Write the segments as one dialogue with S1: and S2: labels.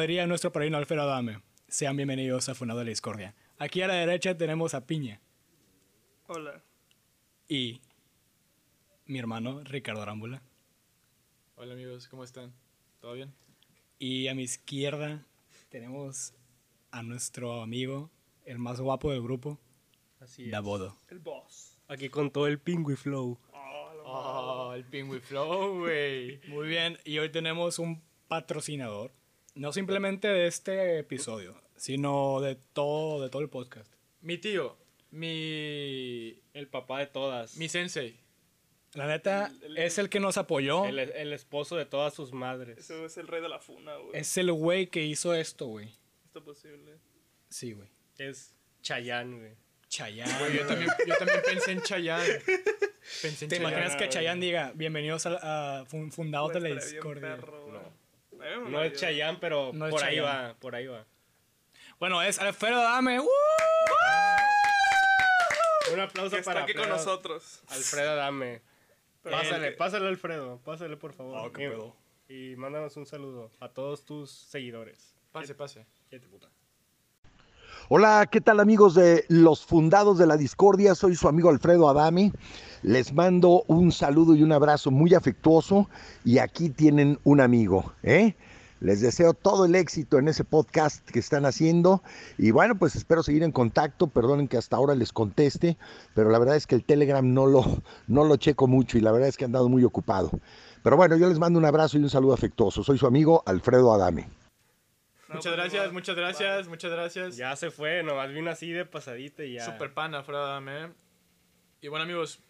S1: diría nuestro padrino Alfredo Adame, sean bienvenidos a Funado de la Discordia. Aquí a la derecha tenemos a Piña
S2: Hola.
S1: y mi hermano Ricardo Arámbula.
S3: Hola amigos, ¿cómo están? ¿Todo bien?
S1: Y a mi izquierda tenemos a nuestro amigo, el más guapo del grupo,
S4: Así es.
S1: Dabodo.
S2: El boss.
S4: Aquí con todo el pingüi flow.
S2: Ah, la
S3: Oh, el Penguin Flow, güey.
S1: Muy bien, y hoy tenemos un patrocinador, no simplemente de este episodio, sino de todo, de todo el podcast.
S3: Mi tío, mi.
S4: El papá de todas.
S3: Mi sensei.
S1: La neta, es el que nos apoyó,
S4: El, el esposo de todas sus madres.
S2: Eso es el rey de la funa, güey.
S4: Eh,
S1: es el güey que hizo esto, güey.
S2: Esto posible.
S1: Sí, güey.
S4: Es Chayanne, güey.
S1: Chayanne.
S3: Güey, yo también, yo también pensé en Chayanne. Pensé en
S1: ¿Te
S3: Chayanne.
S1: imaginas que Chayanne diga, bienvenidos a, a fun- Fundados de la
S2: Güey, estaría bien
S1: Discordia?
S2: perro, güey.
S4: No es Chayanne, pero
S1: No es
S4: por ahí
S1: Chayanne.
S4: va, por ahí va.
S1: Bueno, es Alfredo ¡Uh! Dame.
S4: Un aplauso
S2: Que
S4: para
S2: está aquí con
S4: Alfredo-
S2: nosotros.
S4: Alfredo Dame.
S2: Pero- Ah,
S4: pásale,
S2: Eh,
S4: pásale Alfredo, pásale por favor.
S1: Oh, qué
S4: Y-
S1: pedo.
S4: Y mándanos un saludo a todos tus seguidores.
S3: Pase, pase.
S4: Qué puta.
S5: Hola, ¿qué tal amigos de los fundados de la discordia? Soy su amigo Alfredo Adame. Les mando un saludo y un abrazo muy afectuoso y aquí tienen un amigo, ¿eh? Les deseo todo el éxito en ese podcast que están haciendo y bueno, pues espero seguir en contacto. Perdonen que hasta ahora les conteste, pero la verdad es que el Telegram no lo, no lo checo mucho y la verdad es que han dado muy ocupado. Pero bueno, yo les mando un abrazo y un saludo afectuoso. Soy su amigo Alfredo Adame.
S2: no,
S3: muchas
S2: pues,
S3: gracias,
S2: no.
S3: muchas gracias, muchas gracias.
S4: Ya se fue, nomás vino así de pasadita y ya.
S3: Super pana, Alfredo Adame, ¿eh? Y bueno, amigos,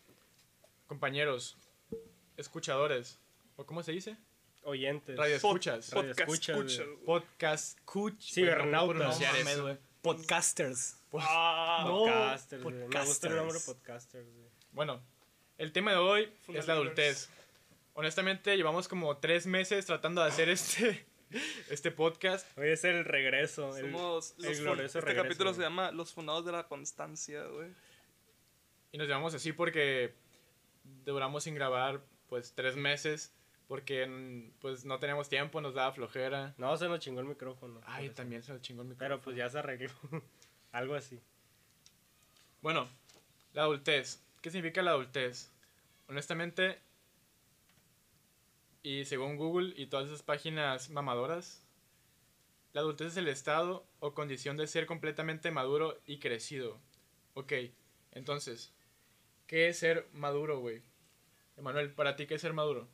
S3: compañeros, escuchadores, ¿o cómo se dice?
S4: Oyentes.
S3: Radio
S2: Pod-
S3: escuchas.
S4: radio
S2: Podcast
S4: escuchas,
S2: escucha,
S4: güey.
S2: güey.
S3: Podcast, escuch.
S4: Cibernautas.
S3: No, puedo pronunciar
S4: No mames,
S3: eso.
S1: Podcasters.
S2: Ah,
S1: No,
S4: Podcasters, güey. Me gusta el
S1: podcasters.
S4: nombre podcasters, güey.
S3: Bueno, el tema de hoy es la
S2: Fundadores.
S3: adultez. Honestamente, llevamos como tres meses tratando de hacer este, este podcast.
S4: Hoy es el regreso. el-
S2: Somos
S4: el,
S2: los fun-
S4: glorioso
S2: Este
S4: regreso,
S2: capítulo
S4: güey.
S2: se llama Los fundados de la constancia, güey.
S3: Y nos llamamos así porque duramos sin grabar pues tres meses porque mm, pues no teníamos tiempo, nos daba flojera.
S4: No, se nos chingó el micrófono.
S3: Ay,
S4: por eso.
S3: también se nos chingó el micrófono.
S4: Pero pues ya se arregló. Algo así.
S3: Bueno, la adultez. ¿Qué significa la adultez? Honestamente, y según Google y todas esas páginas mamadoras, la adultez es el estado o condición de ser completamente maduro y crecido. Ok, entonces, ¿qué es ser maduro, güey? Emanuel, ¿para ti qué es ser maduro?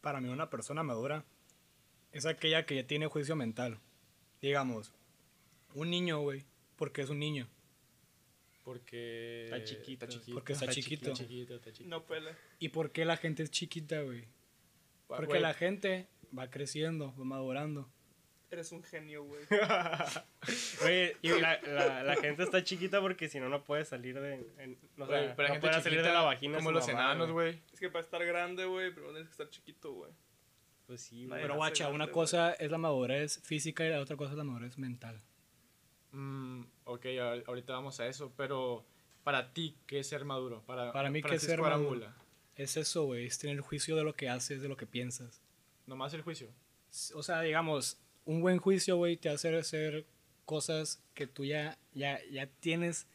S1: Para mí una persona madura es aquella que ya tiene juicio mental. Digamos, un niño, güey, porque es un niño.
S3: Porque...
S4: Está chiquito.
S3: Está chiquito.
S1: Porque está chiquito.
S3: Está chiquito, está chiquito.
S2: No pele.
S1: ¿Y por qué la gente es chiquita, güey? Porque
S3: Güey,
S1: la gente va creciendo, va madurando.
S2: Eres un genio, güey.
S4: Oye, y la, la, la gente está chiquita porque si no, no puede salir de. en- o sea,
S3: güey, pero la
S4: no
S3: gente
S4: puede salir de
S3: chiquita,
S4: la vagina. de
S3: Como
S4: su
S3: los
S4: mamá,
S3: enanos, güey.
S2: Es que para estar grande, güey, pero tienes que estar chiquito, güey.
S4: Pues sí,
S2: No,
S4: güey.
S1: Pero
S2: no
S1: guacha,
S2: soy grande,
S1: una
S2: güey.
S1: cosa es la madurez física y la otra cosa es la madurez mental.
S3: Mm, ok, ahor- ahorita vamos a eso, pero para ti, ¿qué es ser maduro? Para,
S1: Para mí, ¿qué es ser
S3: Francisco
S1: maduro?
S3: Arámbula.
S1: Es eso, güey, es tener juicio de lo que haces, de lo que piensas.
S3: Nomás el juicio.
S1: O sea, digamos, un buen juicio, güey, te hace hacer cosas que tú ya, ya, ya tienes,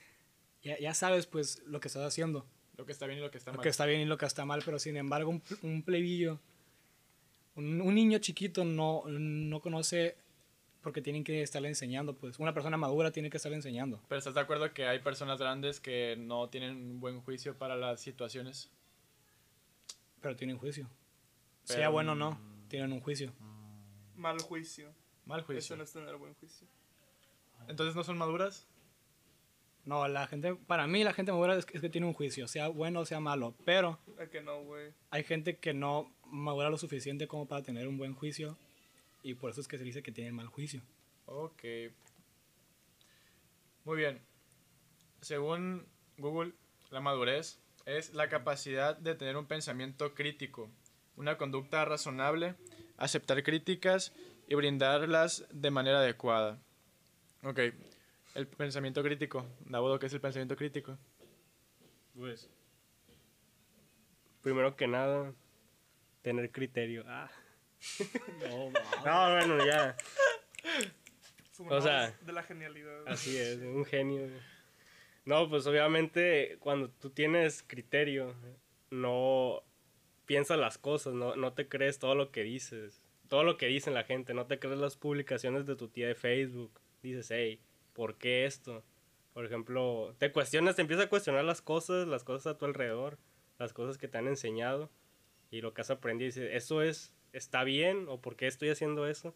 S1: ya, ya sabes, pues, lo que estás haciendo.
S3: Lo que está bien y lo que está
S1: Lo
S3: mal.
S1: que está bien y lo que está mal, pero sin embargo, un, pl- un plebillo, un, un niño chiquito no, no conoce porque tienen que estarle enseñando, pues. Una persona madura tiene que estarle enseñando.
S3: Pero ¿estás de acuerdo que hay personas grandes que no tienen un buen juicio para las situaciones?
S1: Pero tienen juicio. sea
S3: Pero-
S1: bueno o no, tienen un juicio.
S2: Mal juicio.
S3: Mal
S2: Eso
S3: juicio.
S2: no es tener buen juicio.
S3: Entonces, ¿no son maduras?
S1: No, la gente, para mí la gente madura es que, es que tiene un juicio, sea bueno o sea malo, pero
S2: ¿A que no, güey?
S1: hay gente que no madura lo suficiente como para tener un buen juicio y por eso es que se dice que tienen mal juicio.
S3: Ok. Muy bien. Según Google, la madurez es la capacidad de tener un pensamiento crítico, una conducta razonable, aceptar críticas y brindarlas de manera adecuada. Ok. El pensamiento crítico. Dabodo, ¿qué es el pensamiento crítico?
S4: Pues. Primero que nada, tener criterio. Ah. No, bueno, ya.
S2: Su-
S4: O sea-
S2: no, De la genialidad. güey.
S4: Así es, un genio. güey. No, pues obviamente cuando tú tienes criterio, no piensas las cosas, no, no te crees todo lo que dices, todo lo que dicen la gente, no te crees las publicaciones de tu tía de Facebook. Dices, hey, ¿por qué esto? Por ejemplo, te cuestionas, te empiezas a cuestionar las cosas, las cosas a tu alrededor, las cosas que te han enseñado y lo que has aprendido. Dices, ¿eso es, está bien o por qué estoy haciendo eso?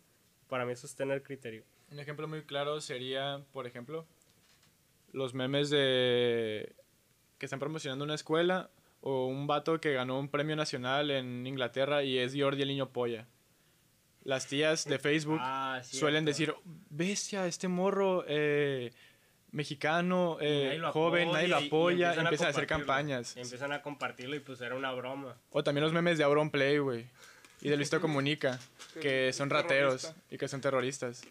S4: Para mí eso es tener criterio.
S3: Un ejemplo muy claro sería, por ejemplo, los memes de que están promocionando una escuela o un vato que ganó un premio nacional en Inglaterra y es Jordi el niño polla. Las tías de Facebook
S4: Ah,
S3: suelen decir, bestia, este morro eh, mexicano, eh,
S4: Nadie lo
S3: joven, nadie lo
S4: y- y
S3: apoya, y empiezan a, hacer
S4: compartirlo.
S3: campañas.
S4: Y empiezan a compartirlo y pues era una broma.
S3: O también los memes de Auron Play, güey. Y de Luisito Comunica, que
S2: es
S3: son rateros
S2: terrorista.
S3: y que son terroristas.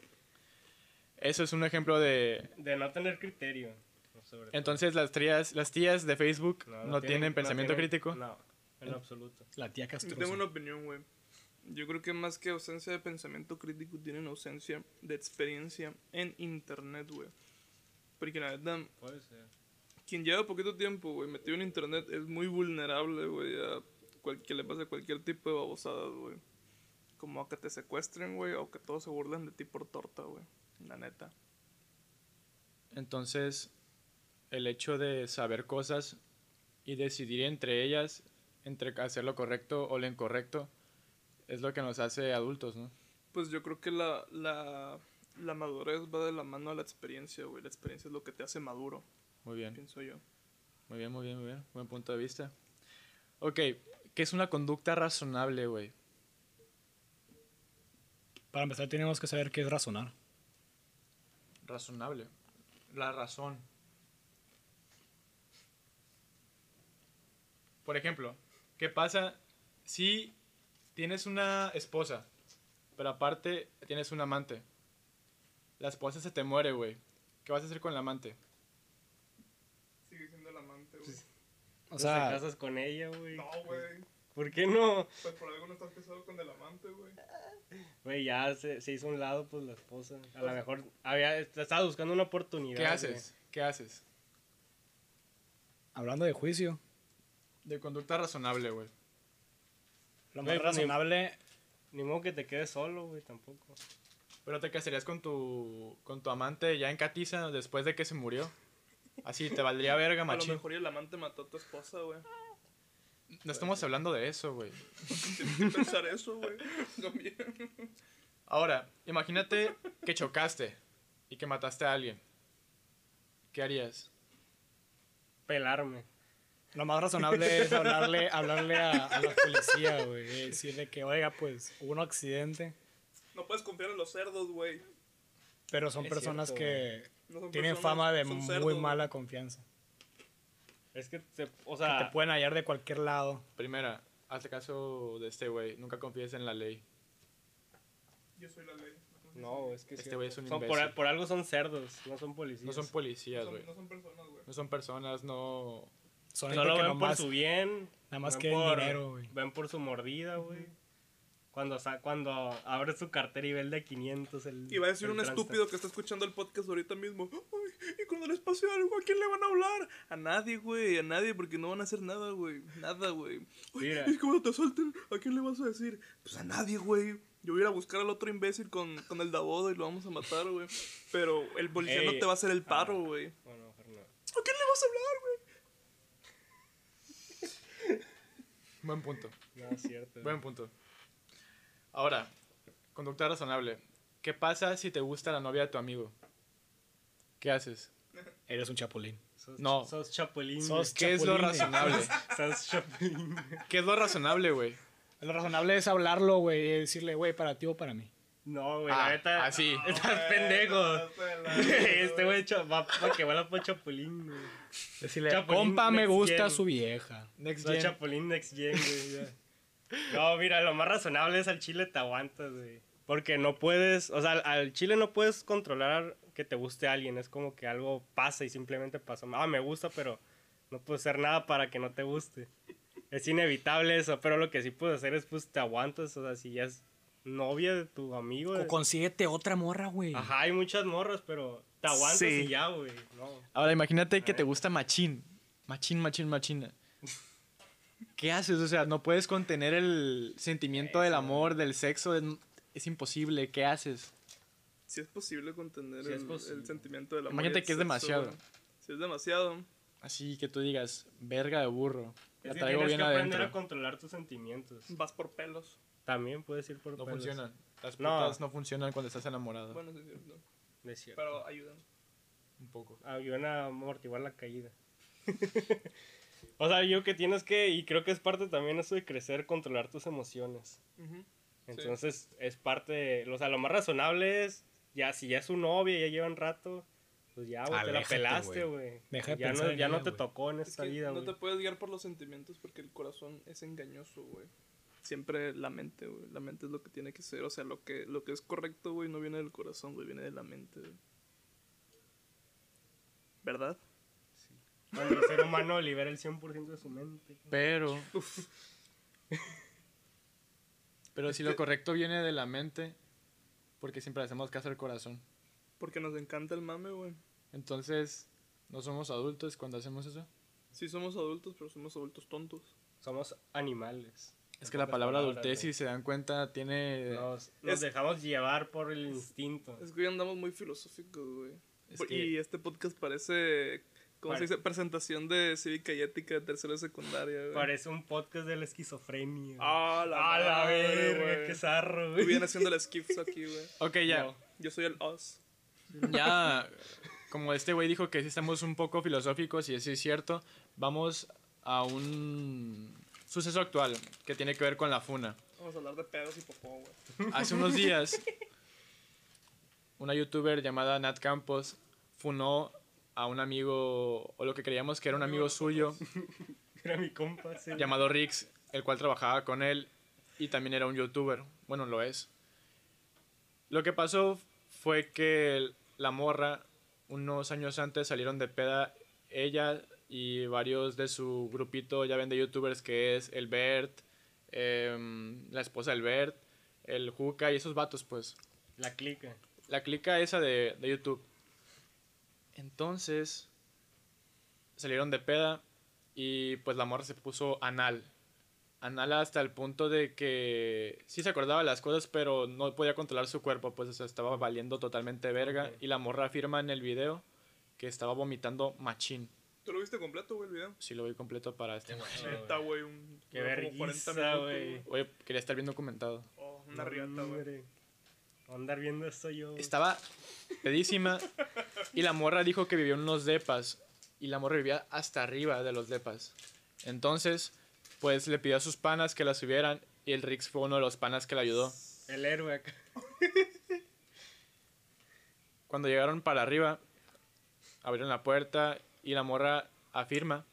S3: Eso es un ejemplo de...
S4: De no tener criterio. ¿no? Sobre todo.
S3: Entonces las tías, las tías de Facebook no, tienen, pensamiento
S4: no tienen-
S3: crítico.
S4: No, en lo absoluto.
S1: La tía
S2: Yo
S1: Castro.
S2: tengo una opinión, güey. Yo creo que más que ausencia de pensamiento crítico, tienen ausencia de experiencia en internet, güey. Porque la verdad,
S4: Puede ser.
S2: quien lleva poquito tiempo, güey, metido en internet es muy vulnerable, güey, a cual- que le pase cualquier tipo de babosadas, güey. Como a que te secuestren, güey, o que todos se burlen de ti por torta, güey. La neta.
S3: Entonces el hecho de saber cosas y decidir entre ellas, entre hacer lo correcto o lo incorrecto, es lo que nos hace adultos, ¿no?
S2: Pues yo creo que la, la, la madurez va de la mano a la experiencia, güey. La experiencia es lo que te hace maduro,
S3: Muy bien.
S2: pienso yo.
S3: Muy bien, muy bien, muy bien. Buen punto de vista. Ok, ¿qué es una conducta razonable, güey?
S1: Para empezar, tenemos que saber qué es razonar.
S3: Razonable. La razón. Por ejemplo, ¿qué pasa si tienes una esposa, pero aparte tienes un amante? La esposa se te muere, güey. ¿Qué vas a hacer con el amante?
S2: Sigue siendo el amante, güey.
S1: O
S3: Ah.
S4: te
S1: sea,
S4: casas con ella, güey.
S2: No, güey.
S4: ¿Por qué no?
S2: Pues por algo no estás casado con el amante, güey.
S4: Güey, ya se, se hizo a un lado, pues la esposa. A lo mejor había, estaba buscando una oportunidad.
S3: ¿Qué haces? ¿Qué haces?
S1: hablando de juicio,
S3: De conducta razonable, güey.
S1: lo más
S4: Güey, pues, ni-
S1: razonable,
S4: güey. Ni modo que te quedes solo, güey, tampoco.
S3: Pero te casarías con tu, con tu amante ya en Catiza después de que se murió. Así, te valdría verga,
S2: A lo
S3: machín.
S2: mejor y el amante mató a tu esposa, güey.
S3: No estamos hablando de eso, güey.
S2: Tienes que pensar eso, güey. También.
S3: Ahora, imagínate que chocaste y que mataste a alguien. ¿Qué harías?
S4: Pelarme.
S1: lo más razonable es hablarle, hablarle a, a la policía, güey. y Decirle que, oiga, pues hubo un accidente,
S2: No puedes confiar en los cerdos, güey.
S1: pero son
S4: Es
S1: personas
S4: cierto,
S1: que
S2: No son
S1: tienen
S2: personas,
S1: fama de
S2: son
S1: muy
S2: cerdos,
S1: mala confianza.
S4: Es que, te, o
S1: Que
S3: Ah.
S4: sea,
S1: te pueden hallar de cualquier lado.
S3: Primera, hazte caso de este güey. Nunca confíes en la ley.
S2: güey. Yo soy la ley.
S4: no, es que
S3: Este
S4: cierto.
S3: güey es un
S4: Son- por,
S3: imbécil.
S4: por algo son cerdos, no son policías.
S3: No son
S2: No
S3: policías,
S2: son,
S3: güey.
S2: no son personas, güey.
S3: No son personas, no...
S1: Son gente
S4: Solo
S1: que
S4: ven por
S1: nomás-
S4: su bien.
S1: nada más
S4: ven
S1: quieren dinero, güey.
S4: Ven por su mordida, güey. Cuando, sa- cuando abre su cartera y ve el de 500. El,
S2: Y va a decir
S4: el
S2: un
S4: tránsito.
S2: estúpido que está escuchando el podcast ahorita mismo. "Ay, y cuando les pase algo, ¿a quién le van a hablar? A nadie, güey. A nadie, porque no van a hacer nada, güey. Nada, güey. Ay,
S4: Mira.
S2: Es que cuando te asalten, ¿a quién le vas a decir? Pues a nadie, güey. Yo voy a ir a buscar al otro imbécil con, con el Dabodo y lo vamos a matar, güey. Pero el policía no
S4: Ey,
S2: te va a hacer el
S4: ah.
S2: paro, güey.
S4: Bueno, mejor no.
S2: ¿A quién le vas a hablar, güey?
S3: Buen punto.
S4: No, es cierto.
S3: Buen punto. Ahora, conducta razonable. ¿Qué pasa si te gusta la novia de tu amigo? ¿Qué haces?
S1: Eres un chapulín.
S4: Sos-
S3: no.
S4: Sos chapulín.
S1: Sos-
S3: ¿Qué es lo
S1: Chapulines.
S3: razonable?
S4: güey. Sos chapulín.
S3: ¿Qué es lo razonable, güey?
S1: Lo razonable es hablarlo, güey, y decirle, güey, para ti o para mí.
S4: No, güey,
S3: Ah,
S4: la neta.
S3: así.
S4: Estás
S2: Ah,
S4: pendejo. este güey cho- va pa' que va por chapulín, güey.
S1: Decirle,
S4: Chapulín
S1: compa, me
S4: next
S1: gusta
S4: gen".
S1: su vieja.
S3: Next
S4: Sos
S3: gen.
S4: chapulín next gen, güey. ya. No, mira, lo más razonable es al chile te aguantas, güey. Porque no puedes, o sea, al, al chile no puedes controlar que te guste a alguien. Es como que algo pasa y simplemente pasa. Ah, me gusta, pero no puedo hacer nada para que no te guste. Es inevitable eso, pero lo que sí puedes hacer es, pues, te aguantas. O sea, si ya es novia de tu amigo.
S1: O consíguete otra morra, güey.
S4: Ajá, hay muchas morras, pero te aguantas
S2: Sí.
S4: y ya, güey. No.
S3: Ahora imagínate que te gusta machín. Machín, machín, machín. ¿Qué haces? O sea, no puedes contener el sentimiento del amor, del sexo. Es, es imposible. ¿Qué haces?
S2: Si es posible contener
S4: Sí es
S2: el,
S4: posible.
S2: el sentimiento de la
S3: Imagínate que es demasiado.
S2: Si es demasiado.
S3: Así que tú digas, verga de burro. La
S4: Es que
S3: traigo
S4: tienes
S3: bien
S4: que aprender a
S3: adentro.
S4: controlar tus sentimientos.
S2: Vas por pelos.
S4: También puedes ir por
S3: No
S4: pelos.
S3: funcionan. Las
S4: No.
S3: putas no. funcionan cuando estás enamorado.
S2: Bueno, sí es cierto.
S4: De cierto.
S2: Pero ayudan.
S3: Un poco.
S4: ayudan Ah, a amortiguar la caída. o sea, yo que tienes que, y creo que es parte también eso de crecer, controlar tus emociones.
S2: Ujú.
S4: Entonces, es parte, de- o sea, lo más razonable es, ya si ya es su novia, ya llevan rato, pues ya, güey, te la
S6: Aléjate,
S4: pelaste,
S6: güey.
S4: güey.
S1: Deja de
S4: Ya,
S1: pensar
S4: no,
S1: en
S4: ya no
S1: ella,
S4: te
S1: güey.
S4: tocó en
S2: Es
S4: esta
S2: que
S4: vida,
S2: no
S4: güey.
S2: te puedes guiar por los sentimientos porque el corazón es engañoso, güey. Siempre la mente, güey. La mente es lo que tiene que ser. O sea, lo que, lo que es correcto, güey, no viene del corazón, güey, viene de la mente, güey. ¿Verdad?
S4: Cuando el ser humano libera el 100% de su mente.
S3: Pero. Pero si lo correcto viene de la mente, porque siempre le hacemos caso al corazón.
S2: Porque nos encanta el mame, güey.
S3: Entonces, ¿no somos adultos cuando hacemos eso?
S2: Sí somos adultos, pero somos adultos tontos.
S4: Somos animales.
S3: Es que la palabra
S4: palabras,
S3: adultez, si
S4: güey.
S3: se dan cuenta, tiene...
S4: Nos, nos
S2: Es-
S4: dejamos llevar por el instinto.
S2: Es que hoy andamos muy filosóficos, güey.
S3: Es
S2: Por-
S3: que-
S2: Y este podcast parece... ¿Cómo
S4: Pare-
S2: se dice? Presentación de cívica y ética de tercero de secundaria, güey.
S4: Parece un podcast de la esquizofrenia. güey.
S2: ¡Ah, la,
S4: A la
S2: madre,
S4: verga,
S2: güey!
S4: qué zarro,
S2: Tú
S4: güey.
S2: vienes haciendo el skiffs aquí, güey.
S3: Ok, ya.
S2: Yo soy el Oz.
S3: Ya, como este güey dijo que sí estamos un poco filosóficos y eso es cierto, vamos a un suceso actual que tiene que ver con la funa.
S2: Vamos a hablar de pedos y popó, güey.
S3: Hace unos días, una youtuber llamada Nat Campos funó a un amigo, o lo que creíamos que era un amigo suyo,
S4: Era mi compa. sí.
S3: llamado Rix, el cual trabajaba con él y también era un youtuber. Bueno, lo es. Lo que pasó fue que el- la morra, unos años antes salieron de peda ella y varios de su grupito, ya ven, de youtubers que es el Bert, em, la esposa del Bert, el Juca y esos vatos, pues
S4: La clica.
S3: la clica esa de, de YouTube. Entonces, salieron de peda y pues la morra se puso anal. Anal hasta el punto de que sí se acordaba de las cosas, pero no podía controlar su cuerpo, pues o sea, estaba valiendo totalmente verga. Y la morra afirma en el video que estaba vomitando machín.
S2: ¿Tú lo viste completo, güey, el video?
S3: Si lo vi completo para este.
S2: Neta, güey, un...
S4: Qué
S2: duró como
S4: vergüenza,
S2: 40 minutos,
S4: güey.
S3: Oye, quería estar bien documentado.
S2: Oh, una riata, güey.
S4: Hombre. Voy a Andar viendo esto yo. güey.
S3: Estaba pedísima. Y la morra dijo que vivía en unos depas. Y la morra vivía hasta arriba de los depas. Entonces, pues le pidió a sus panas que la subieran. Y el Rix fue uno de los panas que la ayudó.
S4: El héroe acá.
S3: Cuando llegaron para arriba, abrieron la puerta. Y la morra afirma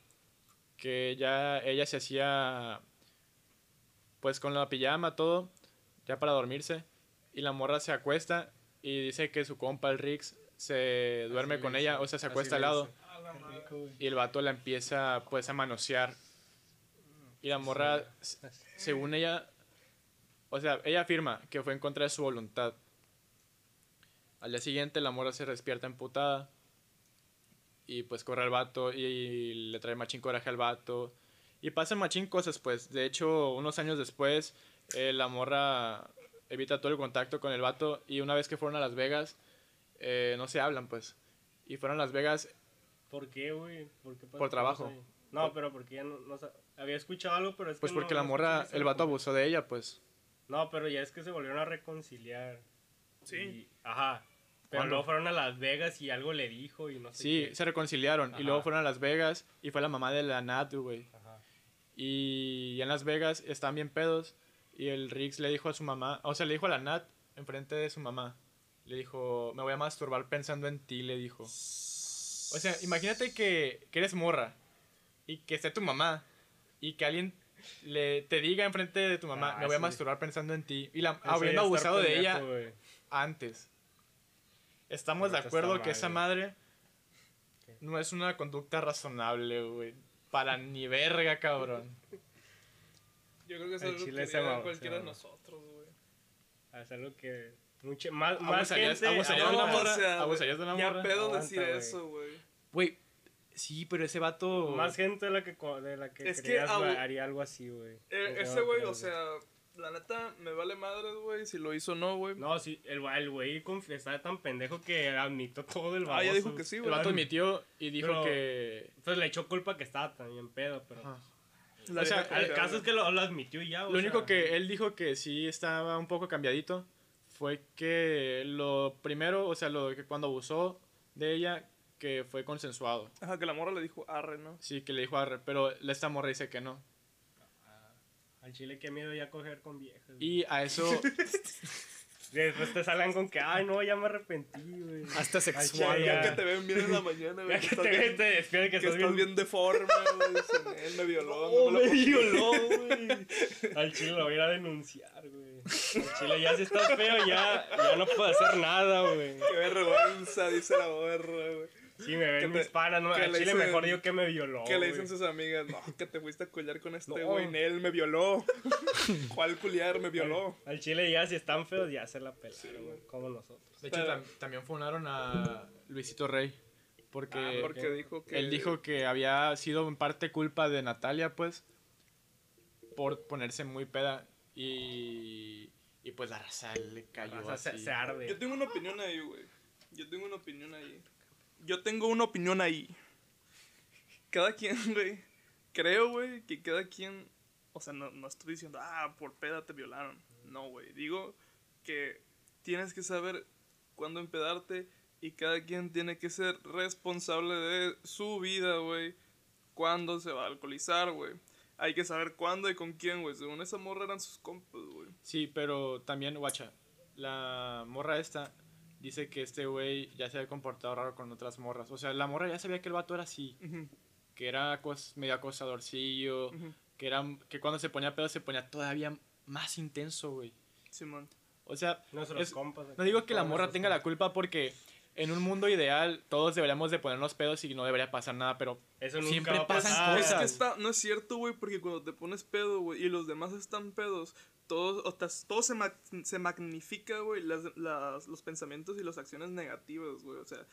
S3: que ya ella se hacía. Pues con la pijama, todo. Ya para dormirse. Y la morra se acuesta. Y dice que su compa, el Rix, se duerme
S4: Así
S3: con
S4: le
S3: ella.
S4: hizo,
S3: O sea, se
S4: así
S3: acuesta al
S4: le
S3: lado.
S4: hizo. Qué rico, güey.
S3: Y el vato la empieza pues a manosear. Y la morra, se- según ella, o sea, ella afirma que fue en contra de su voluntad. Al día siguiente la morra se despierta emputada. Y pues corre al vato y, le trae machín coraje al vato. Y pasan machín cosas pues. De hecho, unos años después, eh, la morra evita todo el contacto con el vato. Y una vez que fueron a Las Vegas, eh, no se hablan pues. Y fueron a Las Vegas
S4: ¿Por qué, güey? ¿Por, qué pasó
S3: Por trabajo.
S4: eso, güey? No, pero porque ya no, no sa- Había escuchado algo, pero es
S3: Pues
S4: que. no-
S3: porque
S4: no
S3: la morra,
S4: escuché
S3: el vato
S4: ese-
S3: abusó de ella, pues.
S4: No, pero ya es que se volvieron a reconciliar.
S2: Sí.
S4: Y- ajá. Pero
S3: ¿Cuándo?
S4: luego fueron a Las Vegas y algo le dijo y no sé.
S3: Sí,
S4: qué.
S3: se reconciliaron. Y
S4: Ajá.
S3: luego fueron a Las Vegas y fue la mamá de la Nat, güey.
S4: Ajá.
S3: Y en Las Vegas están bien pedos. Y el Rix le dijo a su mamá, o sea, le dijo a la Nat enfrente de su mamá. Le dijo, me voy a masturbar pensando en ti, le dijo. O sea, imagínate que, que eres morra y que esté tu mamá y que alguien le, te diga enfrente de tu mamá,
S4: Ah,
S3: me voy a
S4: sí.
S3: masturbar pensando en ti. Y la,
S4: Eso ya
S3: habiendo
S4: es estar
S3: abusado de
S4: pendejo,
S3: ella,
S4: güey.
S3: antes. Estamos
S4: Ahorita
S3: de acuerdo
S4: está
S3: que
S4: mal,
S3: esa
S4: güey.
S3: madre no es una conducta razonable, güey. Para ni verga, cabrón.
S2: Yo creo que es
S4: El
S2: algo que
S4: chile se
S2: haría
S4: mamó,
S2: cualquiera
S4: se
S2: de
S4: mamó.
S2: nosotros, güey.
S4: hacer lo que. Mucha, más más
S3: Abusarías
S4: gente.
S3: abusarías de
S4: Ah,
S3: una
S4: no,
S2: o sea,
S3: morra. Abusarías de una
S2: Ya
S3: morra.
S2: pedo
S4: Aguanta,
S2: decir
S4: güey.
S2: eso, güey.
S3: Güey, sí, pero ese vato.
S4: Más gente de la que, co- de la que
S2: Es que
S4: creías,
S2: abu-
S4: güey, haría algo así, güey.
S2: Eh,
S4: No,
S2: ese
S4: no
S2: güey,
S4: creo,
S2: o sea, la neta, me vale madres, güey, si lo hizo o no, güey.
S4: No, sí, el, el güey conf- estaba tan pendejo que admitió todo el baboso.
S2: ah, ya dijo que sí,
S3: El
S2: güey.
S3: vato admitió y dijo
S4: Pero-
S3: que.
S4: Entonces le echó culpa que estaba también pedo, pero.
S3: Ajá.
S2: La
S3: o sea,
S2: vieja
S4: El
S2: confiable.
S4: caso es que lo, lo admitió ya,
S3: Lo
S4: o
S3: único
S4: sea,
S3: que él dijo que sí estaba un poco cambiadito fue que lo primero, o sea, lo que cuando abusó de ella, que fue consensuado.
S2: Ajá, que la morra le dijo arre, ¿no?
S3: Sí, que le dijo arre, pero la esta morra dice que no.
S4: Al chile, qué miedo ya coger con viejas. güey.
S3: Y a eso,
S4: Después te salgan con que, ay, no, ya me arrepentí, güey.
S1: Hasta
S2: Ya,
S1: sexual.
S4: Ay,
S2: ya
S4: ya.
S2: que te ven bien en la mañana, güey.
S4: Ya que te ves, te despiertas que
S2: que
S4: estás
S2: estás
S4: bien.
S2: bien deforme, güey. dicen, Él me violó.
S4: No, me
S2: no Oh, me lo-
S4: violó, güey. Al chile lo voy a ir a denunciar, güey. Al chile ya si estás feo, ya, ya no puedo hacer nada, güey.
S2: Qué vergüenza, dice la morra, güey.
S4: Sí, me ven
S2: Que
S4: mis
S2: te-
S4: panas, no,
S2: que
S4: al
S2: le
S4: chile
S2: dicen-
S4: mejor digo que me violó.
S2: Que le
S4: güey.
S2: dicen sus amigas, no, que te fuiste a culiar con este
S4: No.
S2: güey, él me violó. ¿Cuál culiar me violó?
S4: Al chile ya si están feos, ya se la pelaron, güey, como nosotros.
S3: de hecho, tam- también funaron a Luisito Rey. Porque,
S2: Ah, porque dijo que.
S3: él dijo que había sido en parte culpa de Natalia, pues, por ponerse muy peda. Y, y pues la raza le cayó
S4: O sea, se,
S3: así.
S4: se arde.
S2: Yo tengo una opinión ahí, güey. Yo tengo una opinión ahí. Yo tengo una opinión ahí. Cada quien, güey. Creo, güey, que cada quien. O sea, no, no estoy diciendo, ah, por peda te violaron. No, güey. Digo que tienes que saber cuándo empedarte y cada quien tiene que ser responsable de su vida, güey. Cuándo se va a alcoholizar, güey. Hay que saber cuándo y con quién, güey. Según esa morra eran sus compas, güey.
S3: Sí, pero también, guacha, la morra esta dice que este güey ya se había comportado raro con otras morras. O sea, la morra ya sabía que el vato era así,
S2: Ujú,
S3: que era acos- medio acosadorcillo,
S2: ujú.
S3: que, era, que cuando se ponía pedo se ponía todavía más intenso, güey.
S2: Simón.
S3: O sea,
S4: Nuestros
S3: es-
S4: compas. acá,
S3: No digo que la
S4: todos
S3: morra
S4: esos
S3: tenga la
S4: compas.
S3: culpa porque en un mundo ideal todos deberíamos de ponernos pedos y no debería pasar nada, pero
S4: Eso nunca
S3: Siempre
S4: va a
S3: pasan
S4: pasar.
S2: Es
S3: cosas.
S2: que está, no es cierto, güey, porque cuando te pones pedo, güey, y los demás están pedos, todos, o tas- todo se, ma- se magnifica, güey, las- las- los pensamientos y las acciones negativas, güey. O sea,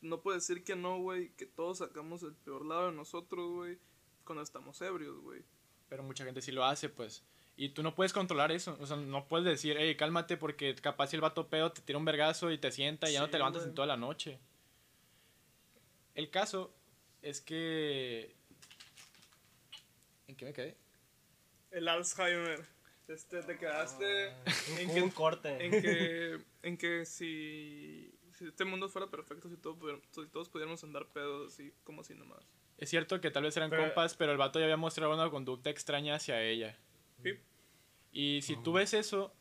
S2: no puede decir que no, güey, que todos sacamos el peor lado de nosotros, güey, cuando estamos ebrios, güey.
S3: pero mucha gente sí lo hace, pues. Y tú no puedes controlar eso, o sea, no puedes decir, hey, cálmate porque capaz si el vato pedo te tira un vergazo y te sienta y ya no
S2: Sí,
S3: te levantas en
S2: güey.
S3: toda la noche. El caso es que... ¿En qué me quedé?
S2: El Alzheimer. Este, te quedaste en
S4: Hubo
S2: que
S4: un corte.
S2: en que, en que si, si este mundo fuera perfecto, si, todo pudiera- si todos pudiéramos andar pedos así, como si nomás.
S3: Es cierto que tal vez eran
S4: Pero-
S3: compas, pero el vato ya había mostrado una conducta extraña hacia ella.
S2: Sí.
S3: Y si tú ves eso,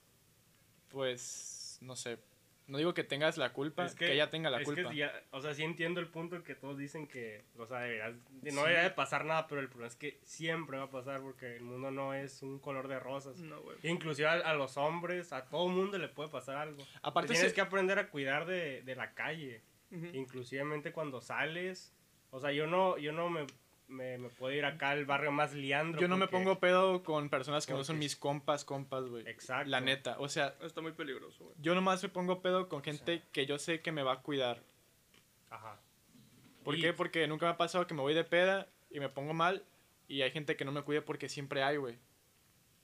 S3: pues no sé. No digo que tengas la culpa, que, ella tenga la
S4: es
S3: culpa.
S4: Que ya- o sea, sí entiendo el punto que todos dicen que, o sea, deberías- de- no debería de pasar nada, pero el problema es que siempre va a pasar porque el mundo no es un color de rosas.
S2: No, güey.
S4: Inclusive a, a los hombres, a todo mundo le puede pasar algo.
S3: Aparte
S4: Te tienes
S3: se-
S4: que aprender a cuidar de, de la calle,
S2: Ujú.
S4: inclusivemente cuando sales. O sea, yo no, yo no me, me, me puedo ir acá al barrio más liandro.
S3: Yo no me
S4: porque-
S3: pongo pedo con personas que no son
S4: porque-
S3: mis compas, compas, güey.
S4: Exacto.
S3: La neta. O sea,
S2: Está muy peligroso, güey.
S3: yo nomás me pongo pedo con gente que yo sé que me va a cuidar.
S4: Ajá.
S3: ¿Por
S4: Y-
S3: qué? Porque nunca me ha pasado que me voy de peda y me pongo mal y hay gente que no me cuida porque siempre hay, güey.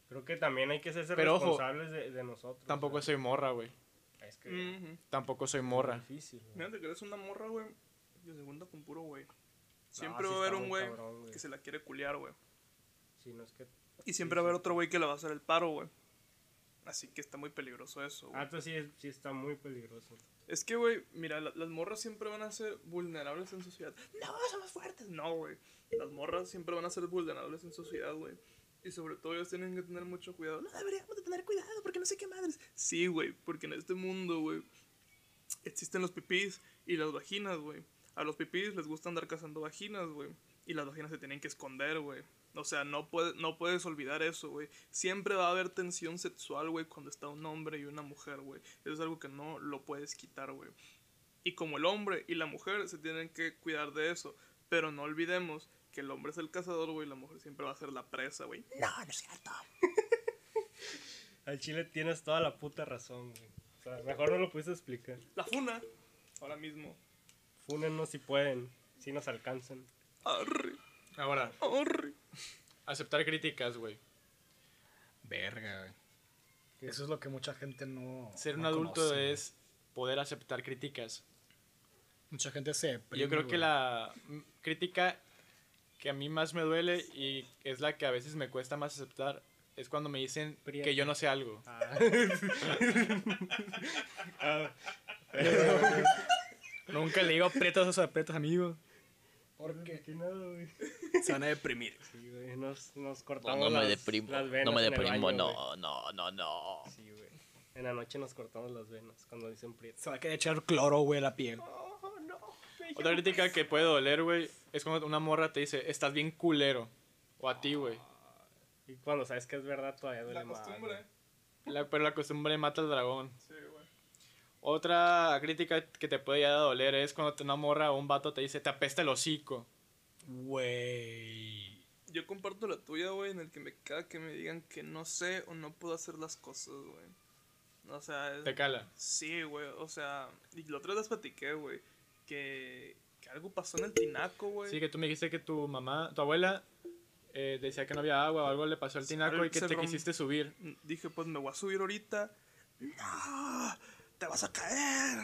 S4: Creo que también hay que ser
S3: Pero ojo,
S4: responsables de, de nosotros.
S3: Tampoco
S4: o sea,
S3: soy morra, güey.
S4: es que
S2: Ujú.
S3: Tampoco soy morra.
S4: difícil. güey.
S2: Mira, te crees una morra, güey. Y segunda con puro güey. Siempre
S4: sí
S2: va a haber
S4: está muy
S2: un güey
S4: cabrón, güey.
S2: que se la quiere culiar, güey.
S4: Sí, no es que...
S2: Y siempre va a haber otro güey que le va a hacer el paro, güey. Así que está muy peligroso eso, güey.
S4: Ah, entonces sí, es- sí está muy peligroso.
S2: Es que, güey, mira, la- las morras siempre van a ser vulnerables en sociedad. No, somos fuertes. No, güey. Las morras siempre van a ser vulnerables en sociedad, güey. Y sobre todo ellos tienen que tener mucho cuidado. No deberíamos de tener cuidado porque no sé qué madres. Sí, güey, porque en este mundo, güey, existen los pipís y las vaginas, güey. A los pipís les gusta andar cazando vaginas, güey. Y las vaginas se tienen que esconder, güey. O sea, no, puede- no puedes olvidar eso, güey. Siempre va a haber tensión sexual, güey, cuando está un hombre y una mujer, güey. Eso es algo que no lo puedes quitar, güey. Y como el hombre y la mujer se tienen que cuidar de eso. Pero no olvidemos que el hombre es el cazador, güey, y la mujer siempre va a ser la presa, güey.
S4: No, no es cierto. Al chile tienes toda la puta razón, güey. O sea, mejor no lo pudiste explicar.
S2: La funa. Ahora mismo.
S4: Fúnennos si pueden, si nos alcanzan.
S2: Arre,
S3: Ahora,
S2: arre.
S3: aceptar críticas, güey.
S6: Verga, güey.
S1: Eso es lo que mucha gente no.
S3: Ser un
S1: no
S3: adulto
S1: conoce, güey.
S3: es poder aceptar críticas.
S1: Mucha gente se.
S3: Y
S1: deprime,
S3: Yo creo que
S1: güey.
S3: la mm, crítica que a mí más me duele y es la que a veces me cuesta más aceptar es cuando me dicen
S4: Prieto.
S3: que yo no sé algo.
S4: Nunca le digo aprietas esos aprietas, amigo.
S1: Porque.
S2: Se van a deprimir.
S4: Sí, güey, nos, nos
S6: No,
S4: cortamos
S6: no me
S4: las,
S6: deprimo.
S4: las venas.
S6: No me
S4: en el
S6: deprimo,
S4: baño,
S6: no,
S4: güey.
S6: no, no, no.
S4: Sí, güey. En la noche nos cortamos las venas cuando dicen prietas.
S1: Se va a querer echar cloro, güey, a la piel.
S3: Otra crítica que puede doler, güey, es cuando una morra te dice, estás bien culero. O a ti, güey.
S4: Y cuando sabes que es verdad, todavía duele
S2: La
S4: más.
S2: costumbre.
S3: La- pero la costumbre mata al dragón.
S2: Sí, güey.
S3: Otra crítica que te puede ya doler es cuando te- una morra o un vato te dice, te apesta el hocico.
S1: Güey.
S2: Yo comparto la tuya, güey, en el que me caga que me digan que no sé o no puedo hacer las cosas, güey. O sea, es-
S3: Te cala.
S2: Sí, güey, o sea, y la otra vez las platiqué, güey, que, que algo pasó en el tinaco, güey.
S3: Sí, que tú me dijiste que tu mamá, tu abuela, eh, decía que no había agua o algo le pasó al tinaco y que
S2: se
S3: te
S2: rom-
S3: quisiste subir.
S2: Dije, pues me voy a subir ahorita. ¡No! ¡Te vas a caer!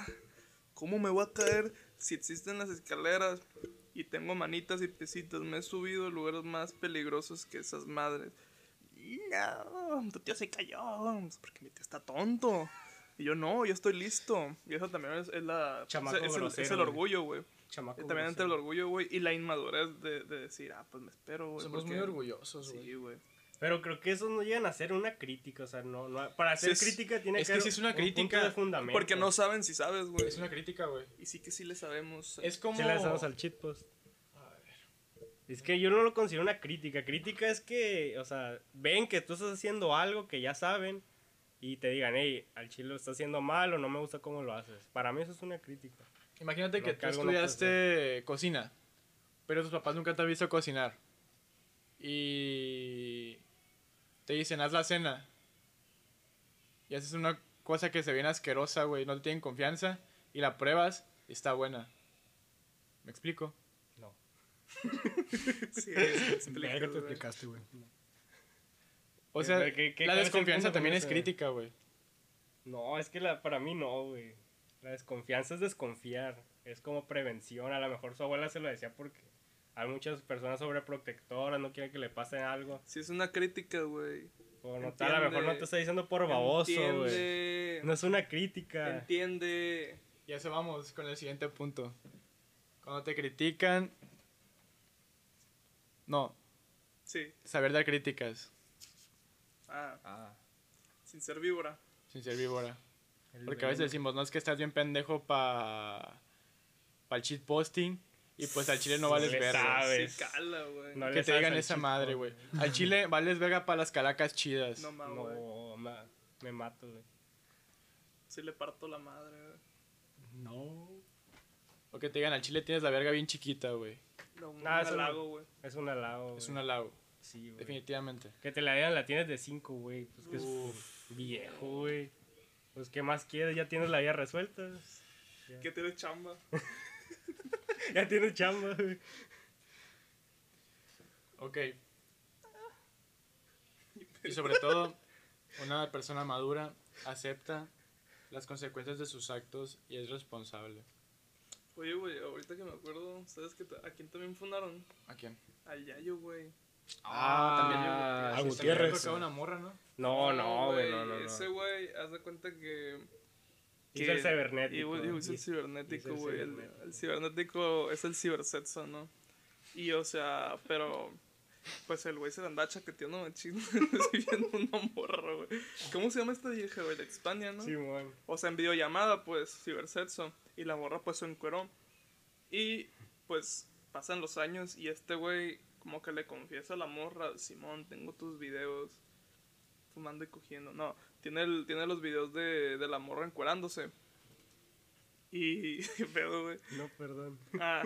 S2: ¿Cómo me voy a caer si existen las escaleras y tengo manitas y pesitas? Me he subido a lugares más peligrosos que esas madres. ¡No! Tu tío se cayó. Pues, Porque mi tío está tonto. Y yo no, yo estoy listo. Y eso también es, es la.
S4: Chamaco
S2: es, el- es el,
S4: grosero, güey.
S2: orgullo, güey.
S4: Chamaco.
S2: Y También
S4: grosero.
S2: entre el orgullo, güey, y la inmadurez de, de decir, ah, pues me espero, güey.
S3: Somos
S2: porque-
S3: muy orgullosos, güey.
S2: Sí, güey.
S4: Pero creo que esos no llegan a ser una crítica, o sea, no, no para
S3: Sí,
S4: hacer
S3: es-
S4: crítica tiene
S3: es que
S4: que haber
S3: sí es una
S4: un punto
S3: crítica,
S4: de fundamento.
S2: Porque no saben si sabes, güey.
S3: Es una crítica, güey.
S2: Y sí que sí le sabemos. ¿eh?
S3: Es como...
S4: Se la hacemos al cheat post. Es que yo no lo considero una crítica. Crítica es que, o sea, ven que tú estás haciendo algo que ya saben y te digan, hey, al chile lo está haciendo mal o no me gusta cómo lo haces. Para mí eso es una crítica.
S3: Imagínate que
S4: Creo que
S3: tú
S4: algo no
S3: estudiaste cocina, pero tus papás nunca te han visto cocinar. Y te dicen, haz la cena. Y haces una cosa que se viene asquerosa, güey. No te tienen confianza. Y la pruebas y está buena. ¿Me explico?
S2: Sí, es
S1: Verga, te explicaste, güey.
S3: O
S4: Eh,
S3: sea,
S4: pero ¿qué- qué-
S3: la
S4: cuál es el
S3: desconfianza
S4: punto
S3: también
S4: con
S3: es
S4: ese?
S3: crítica, güey.
S4: No, es que la, para mí no, güey. La desconfianza es desconfiar. Es como prevención. A lo mejor su abuela se lo decía porque hay muchas personas sobreprotectoras, no quieren que le pase algo.
S2: Si es una crítica, güey.
S4: O no, a lo mejor no
S2: Entiende.
S4: te está diciendo por baboso, güey.
S2: Entiende.
S4: No es una crítica.
S2: Entiende.
S3: Ya se vamos con el siguiente punto. Cuando te critican... No,
S2: Sí.
S3: saber dar críticas.
S2: Ah, sin ser víbora.
S3: Sin ser víbora. Porque a veces decimos, no es que estás bien pendejo para el cheat posting y pues al chile no vales
S4: Le
S3: verga.
S4: sabe.
S2: Sí,
S4: Pues,
S2: cala, güey.
S4: no
S3: Que
S4: le
S3: te
S4: sabes
S3: digan
S4: al
S3: esa
S4: cheat
S3: madre,
S4: code.
S3: güey. Al chile vales verga para las calacas chidas.
S2: No mames, güey.
S4: No, ma- me mato, güey.
S2: Sí le parto la madre, güey.
S1: No.
S3: O que te digan, al chile tienes la verga bien chiquita, güey.
S2: No, un
S4: Nah, eso no.
S2: halago, güey.
S4: Es un halago,
S3: Es
S4: güey.
S3: un halago,
S4: Sí, güey.
S3: definitivamente.
S4: Que te la digan, la tienes de 5, güey. Pues que es viejo, güey. Pues, ¿qué más quieres? Ya tienes la vida resuelta.
S2: Que tiene chamba.
S4: Ya tienes chamba, güey.
S3: Ok. Y sobre todo, una persona madura acepta las consecuencias de sus actos y es responsable.
S2: Oye, güey, ahorita que me acuerdo, ¿sabes que a quién también fundaron?
S3: ¿A quién?
S2: Al Yayo, güey.
S3: Ah,
S1: también yo-
S3: sí, también
S1: Gutiérrez.
S3: le tocaba una morra, ¿no?
S4: No, no, güey, no, no, no.
S2: Ese güey, haz de cuenta que.
S4: Hizo el cibernético.
S2: Y, güey, digo, hizo el
S4: Hizo- hizo
S2: cibernético,
S4: el
S2: güey. El,
S4: cibernético.
S2: el cibernético es el cibersexo, ¿no? Y, o sea, pero. Pues el güey se la anda chaqueteando machín. Estoy viendo una morra, güey. ¿Cómo se llama esta vieja, güey? De España, ¿no?
S4: Sí, güey.
S2: O sea, en videollamada, pues, cibersexo. Y la morra, pues, se encueró. Y, pues, pasan los años y este güey como que le confiesa a la morra, Simón, tengo tus videos fumando y cogiendo. No, tiene, el, tiene los videos de, de la morra encuerándose. Y, qué pedo, güey.
S4: No, perdón.
S2: Ah,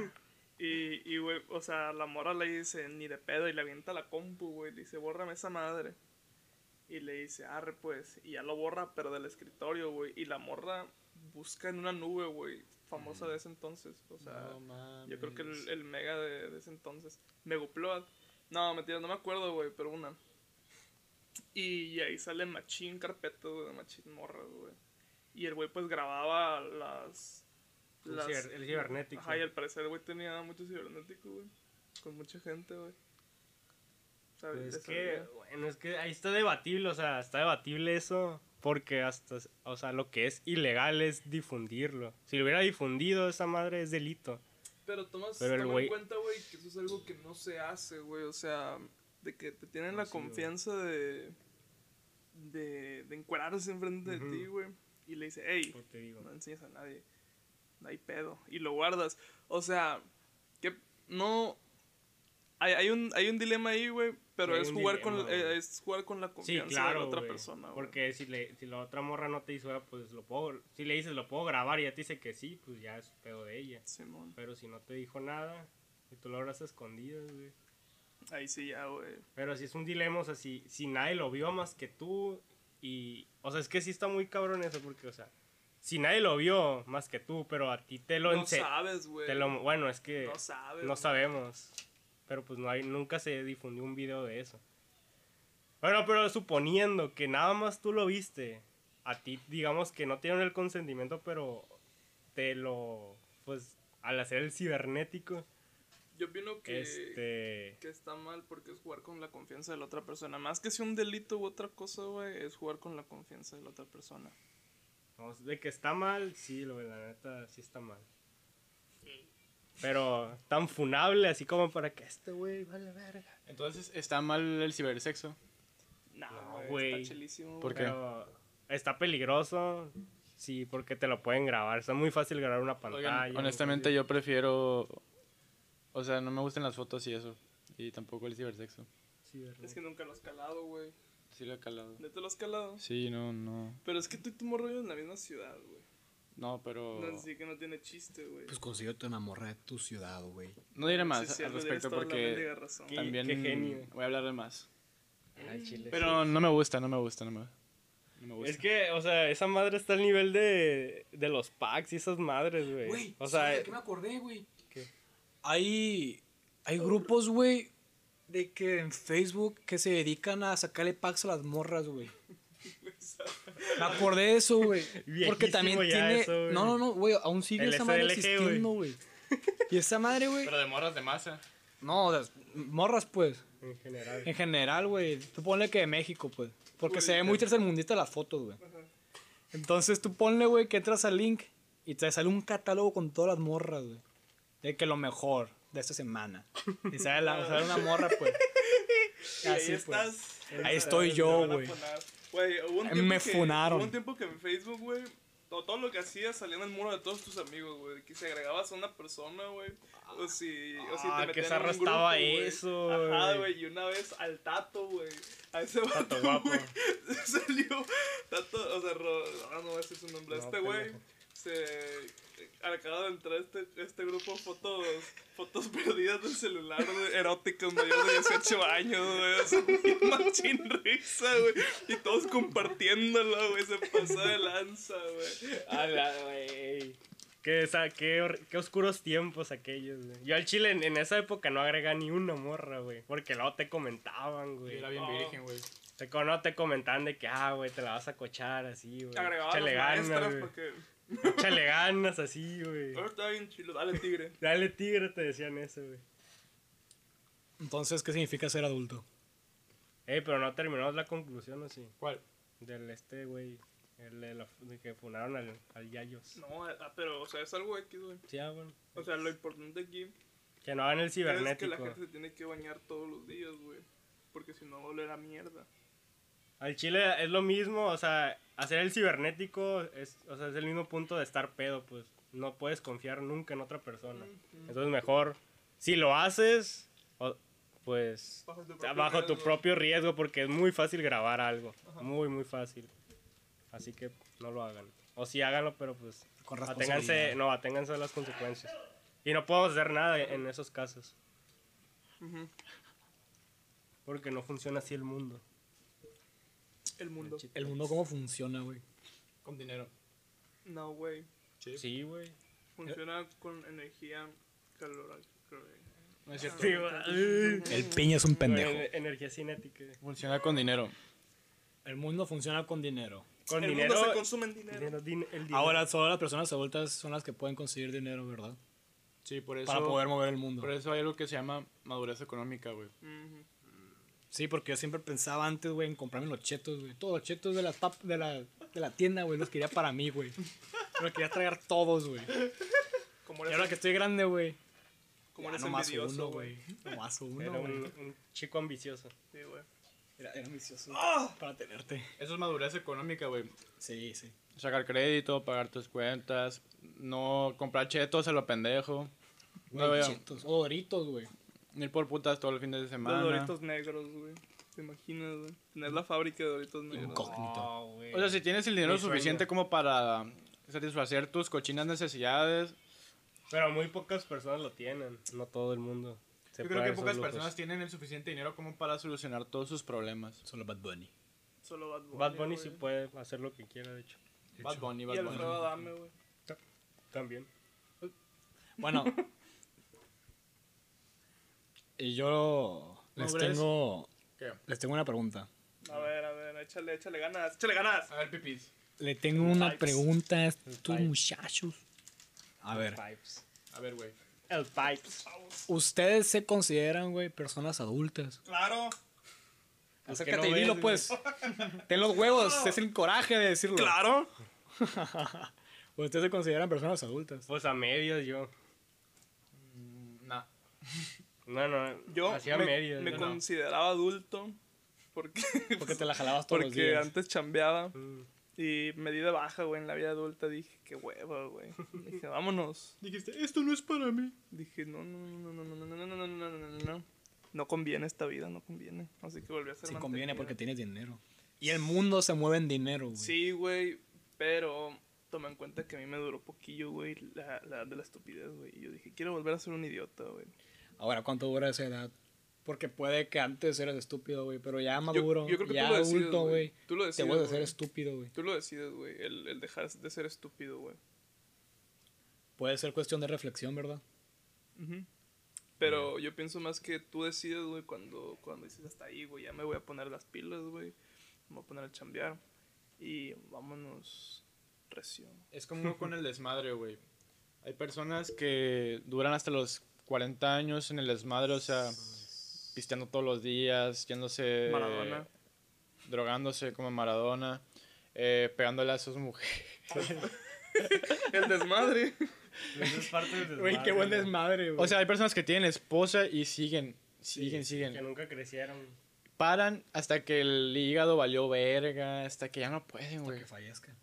S2: y, y, güey, o sea, la mora le dice, ni de pedo, y le avienta la compu, güey, dice, bórrame esa madre. Y le dice, arre pues, y ya lo borra, pero del escritorio, güey. Y la morra busca en una nube, güey, famosa de ese entonces. O sea, yo creo que el, eh, el mega de, de ese entonces. Megoplot. No, mentira, no me acuerdo, güey, pero una. Y ahí sale machín carpetas, güey, machín morras, güey. Y el güey pues grababa las...
S4: El ciber- el cibernético.
S2: Ajá, y al parecer el güey tenía mucho cibernético, güey. Con mucha gente, güey. O sea,
S4: Pues es
S2: esa
S4: que,
S2: idea.
S4: bueno, es que ahí está debatible, o sea, está debatible eso, porque hasta, o sea, lo que es ilegal es difundirlo. Si lo hubiera difundido, esa madre es delito.
S2: Pero tomas
S4: Pero el
S2: toma
S4: güey-
S2: en cuenta, güey, que eso es algo que no se hace, güey. O sea, de que te tienen la confianza de, de. de encuerarse enfrente de ti, güey. Y le dice, hey,
S4: Como te digo.
S2: no enseñas a nadie. No hay pedo. Y lo guardas. O sea, que no. Hay, hay, un, hay un dilema ahí, güey. Pero
S4: Sí, hay
S2: es
S4: un
S2: jugar,
S4: dilema,
S2: con, eh,
S4: güey.
S2: es jugar con la
S4: Sí,
S2: confianza
S4: claro,
S2: de la otra
S4: güey,
S2: persona, güey.
S4: Porque si, le, si la otra morra no te dice, "Ah, pues lo puedo, si le dices, lo puedo grabar y ya te dice que sí, pues ya es pedo de ella.
S2: Simón.
S4: Pero si no te dijo nada, y tú lo habrás escondido, güey.
S2: Ahí sí ya, güey.
S4: Pero si es un dilema, o sea, si, si nadie lo vio más que tú y... O sea, es que sí está muy cabrón eso porque, o sea, si nadie lo vio más que tú, pero a ti te lo...
S2: No
S4: ense-
S2: sabes, güey.
S4: te lo bueno, es que
S2: No sabes.
S4: no
S2: güey.
S4: sabemos. Pero pues no hay, nunca se difundió un video de eso. Bueno, pero suponiendo que nada más tú lo viste, a ti digamos que no tienen el consentimiento, pero te lo... Pues al hacer el cibernético,
S2: Yo opino que.
S4: este...
S2: que está mal porque es jugar con la confianza de la otra persona. Más que si un delito u otra cosa, güey, es jugar con la confianza de la otra persona.
S4: No, de que está mal, sí, lo de la neta, sí está mal. Pero tan funable, así como para que este güey vale verga.
S3: Entonces, ¿está mal el cibersexo?
S4: No,
S2: No,
S4: güey.
S2: güey. Está chilísimo.
S3: ¿Por
S2: güey.
S3: qué?
S4: Pero está peligroso, sí, porque te lo pueden grabar. Está muy fácil grabar una pantalla.
S3: Oigan,
S4: muy
S3: honestamente yo prefiero... O sea, no me gustan las fotos y eso. Y tampoco el cibersexo.
S4: fácil- sí, ¿verdad?
S2: Es que nunca lo has calado, güey.
S3: Sí lo he calado.
S2: Neta lo has calado.
S3: Sí, no, no.
S2: Pero es que tú y tu morro viven en la misma ciudad, güey.
S3: No, pero...
S4: Oh.
S2: No, así que no tiene chiste, güey.
S6: Pues consíguete una morra de tu ciudad, güey.
S3: No diré más
S2: Sí, sí,
S3: al
S2: algo
S3: respecto
S2: tienes toda la mendiga
S3: porque
S2: razón.
S4: ¿Qué?
S3: también
S4: qué genio.
S3: voy a hablar de más.
S4: Ay, chile,
S3: Pero no me gusta, no me gusta, no me, no me
S4: sí.
S3: gusta.
S4: Es que, o sea, esa madre está al nivel de, de los packs y esas madres, güey.
S6: Güey,
S4: O sea,
S6: ¿de qué me acordé, güey?
S4: ¿Qué?
S6: Hay, hay grupos, güey, de que en Facebook que se dedican a sacarle packs a las morras, güey. Me acordé de eso, güey. Porque
S4: Viejísimo
S6: también
S4: ya
S6: tiene.
S4: eso, güey.
S6: no, no, no, güey. Aún sigue
S4: El
S6: esa madre
S4: SLG,
S6: existiendo, güey. Y esa madre, güey.
S3: de morras de masa.
S6: No, o sea, morras, pues.
S4: en general.
S6: En general, güey. Tú ponle que de México, pues. Porque se ve muy tercermundista las fotos, güey. Entonces tú ponle, güey, que entras al link y te sale un catálogo con todas las morras, güey. De que lo mejor de esta semana. Y sale, la, sale una morra, pues.
S2: Y ahí
S6: Así, pues.
S2: estás.
S6: Ahí estoy yo,
S2: Te van a
S6: güey.
S2: funar. Güey, hubo un
S6: Me
S2: tiempo que-
S6: funaron.
S2: Hubo un tiempo que en Facebook, güey, todo, todo lo que hacías salía en el muro de todos tus amigos, güey. Que si agregabas a una persona, güey. O si, o si
S4: Ah,
S2: te metían
S4: que se
S2: en un
S4: arrastraba
S2: grupo, güey.
S4: eso,
S2: Ajá,
S4: güey.
S2: güey. Y una vez al Tato, güey. A ese
S4: Tato
S2: vato,
S4: guapo.
S2: güey. Salió Tato, o sea, Ro- ah, no voy a decir su nombre.
S4: No,
S2: este güey
S4: pendejo.
S2: se... eh, Acaba de entrar este, este grupo fotos, fotos perdidas del celular de eróticos mayores de 18 años, güey. O sea, bien machín risa, güey. Y todos compartiéndolo, güey. Se pasó de lanza, güey.
S4: Ala, güey. Qué, sa- qué, hor- qué oscuros tiempos aquellos, güey. Yo al chile en, en esa época no agregaba ni una morra, güey. Porque luego te comentaban, güey.
S3: Era bien
S2: No.
S3: virgen, güey.
S4: Te, co- no, te comentaban de que, ah, güey, te la vas a cochar así, güey.
S2: Agregaba a
S4: Échale
S2: las
S4: ganas,
S2: maestras
S4: güey.
S2: porque...
S4: Échale ganas así, güey.
S2: Ahora está bien chilo. Dale, tigre.
S4: Dale tigre, te decían eso, güey.
S6: Entonces, ¿qué significa ser adulto?
S4: Ey, pero no terminamos la conclusión, ¿o sí?
S3: ¿Cuál?
S4: Del este, güey. El de, la- de que funaron al, al Yayos.
S2: No, ah, pero, o sea, es algo X, güey.
S4: Sí, ah, bueno.
S2: O sea, lo importante aquí
S4: Que no hagan el
S2: es que
S4: cibernético.
S2: la gente se tiene que bañar todos los días, güey. Porque si no, huele a mierda.
S4: Al chile es lo mismo, o sea, hacer el cibernético es, o sea, es el mismo punto de estar pedo, pues no puedes confiar nunca en otra persona. Entonces mejor, si lo haces, o- pues
S2: Bajo tu
S4: o sea,
S2: propio
S4: bajo tu
S2: riesgo.
S4: propio riesgo porque es muy fácil grabar algo, muy, muy fácil. Así que no lo hagan. O sí háganlo, pero pues
S6: Con
S4: aténganse,
S6: responsabilidad.
S4: no, aténganse a las consecuencias. Y no podemos hacer nada en esos casos. Porque no funciona así el mundo.
S2: El mundo.
S1: El mundo cómo funciona, güey.
S6: Con dinero.
S2: No, güey.
S4: Sí, güey.
S2: Funciona con energía calor. creo.
S3: No es cierto.
S4: Sí, güey.
S1: El piña es un pendejo.
S4: Güey, Energía cinética.
S3: Funciona con dinero.
S1: El mundo funciona con dinero.
S4: Con
S2: el
S4: dinero.
S2: mundo se consume en dinero.
S4: dinero, din- el dinero.
S1: Ahora solo las personas adultas son las que pueden conseguir dinero, ¿verdad?
S3: Sí, por eso.
S1: Para poder mover el mundo.
S3: Por eso hay algo que se llama madurez económica, güey.
S2: Ujú.
S1: Sí, porque yo siempre pensaba antes, güey, en comprarme los chetos, güey. Todos los chetos de la, pap- de la, de la tienda, güey, los quería para mí, güey. Los quería traer todos, güey.
S2: Como
S1: Y ahora que estoy grande, güey.
S2: como
S1: ya
S2: eres
S1: nomás
S2: envidioso,
S1: uno,
S2: güey.
S1: güey. Nomás
S4: Era
S1: uno,
S4: un,
S1: güey.
S4: un chico ambicioso.
S2: Sí, güey.
S1: Era, era ambicioso para tenerte.
S3: Eso es madurez económica, güey.
S1: Sí, sí.
S3: Sacar crédito, pagar tus cuentas, no comprar chetos a lo pendejo. No
S1: Güey,
S3: veo.
S1: chetos. O doritos, güey.
S3: Ir por putas todo el fin de
S2: Los
S3: semana.
S2: doritos negros, güey. ¿Te imaginas, güey? Tener la fábrica de doritos negros.
S1: Incógnito.
S3: O sea, si tienes el dinero
S4: Mi sueño.
S3: suficiente como para satisfacer tus cochinas necesidades.
S4: Pero muy pocas personas lo tienen. No todo el mundo. se
S3: Yo creo
S4: puede
S3: que
S4: dar esos
S3: pocas
S4: lujos.
S3: personas tienen el suficiente dinero como para solucionar todos sus problemas.
S1: Solo Bad Bunny.
S2: Solo Bad Bunny.
S4: Bad Bunny sí
S2: güey.
S4: puede hacer lo que quiera, de hecho.
S3: Bad Bunny,
S2: Y
S3: Bad
S2: Alfredo
S3: Bunny.
S2: Adame, güey.
S4: También.
S1: Bueno. y yo les
S3: ¿Hombres?
S1: tengo,
S3: ¿Qué?
S1: les tengo una pregunta.
S2: A ver, a ver, échale, échale ganas. Échale ganas.
S3: A ver, pipis.
S1: Le tengo una
S2: Pipes.
S1: pregunta a estos
S4: Pipes.
S1: muchachos. A ver,
S4: Pipes.
S3: A ver, güey.
S4: El Pipes.
S1: ¿ustedes se consideran, güey, personas adultas?
S2: Claro.
S1: Acércate y dilo, pues. Ten los huevos, es el coraje de decirlo. Pues
S2: Claro.
S1: ¿Ustedes se consideran personas adultas?
S4: Pues a medias yo.
S3: Nah.
S4: No, no.
S2: Yo
S4: Hacía
S2: me,
S4: medias.
S2: me
S4: yo no.
S2: consideraba adulto porque,
S1: Porque te la jalabas todos los
S2: porque
S1: días.
S2: antes chambeaba
S4: Mm.
S2: y me di de baja, güey, en la vida adulta. Dije, qué hueva, güey. Dije, vámonos.
S3: Dijiste, esto no es para mí.
S2: Dije, no, no, no, no, no, no, no, no, no, no, no, no, no, no. No conviene esta vida, no conviene. Así que volví a ser
S1: Sí conviene
S2: mantenida.
S1: porque tienes dinero. Y el mundo se mueve en dinero, güey.
S2: Sí, güey, pero toma en cuenta que a mí me duró poquillo, güey, la, la edad de la estupidez, güey. Y yo dije, quiero volver a ser un idiota, güey.
S1: Ahora, ¿cuánto dura esa edad? Porque puede que antes eras estúpido, güey, pero ya maduro,
S2: yo creo que
S1: ya
S2: tú lo decides,
S1: adulto,
S2: güey.
S1: güey,
S2: Tú lo
S1: te
S2: decides,
S1: vuelves a ser
S2: güey.
S1: estúpido, güey.
S2: Tú lo decides, güey, el, el dejar de ser estúpido, güey.
S1: Puede ser cuestión de reflexión, ¿verdad?
S2: Pero yo pienso más que tú decides, güey, cuando, cuando dices hasta ahí, güey, ya me voy a poner las pilas, güey. Me voy a poner a chambear. Y vámonos recio.
S3: Es como con el desmadre, güey. Hay personas que duran hasta los 40 años en el desmadre, o sea, pisteando todos los días, yéndose.
S2: Maradona.
S3: drogándose como Maradona, eh, pegándole a sus mujeres.
S2: El desmadre.
S4: Eso es parte del
S1: Güey, qué
S4: desmadre,
S1: buen
S4: güey.
S1: desmadre, güey.
S3: O sea, hay personas que tienen esposa y siguen, siguen,
S4: Que
S3: siguen.
S4: nunca crecieron.
S3: Paran hasta que el hígado valió verga, hasta que ya no pueden, güey.
S1: que fallezca.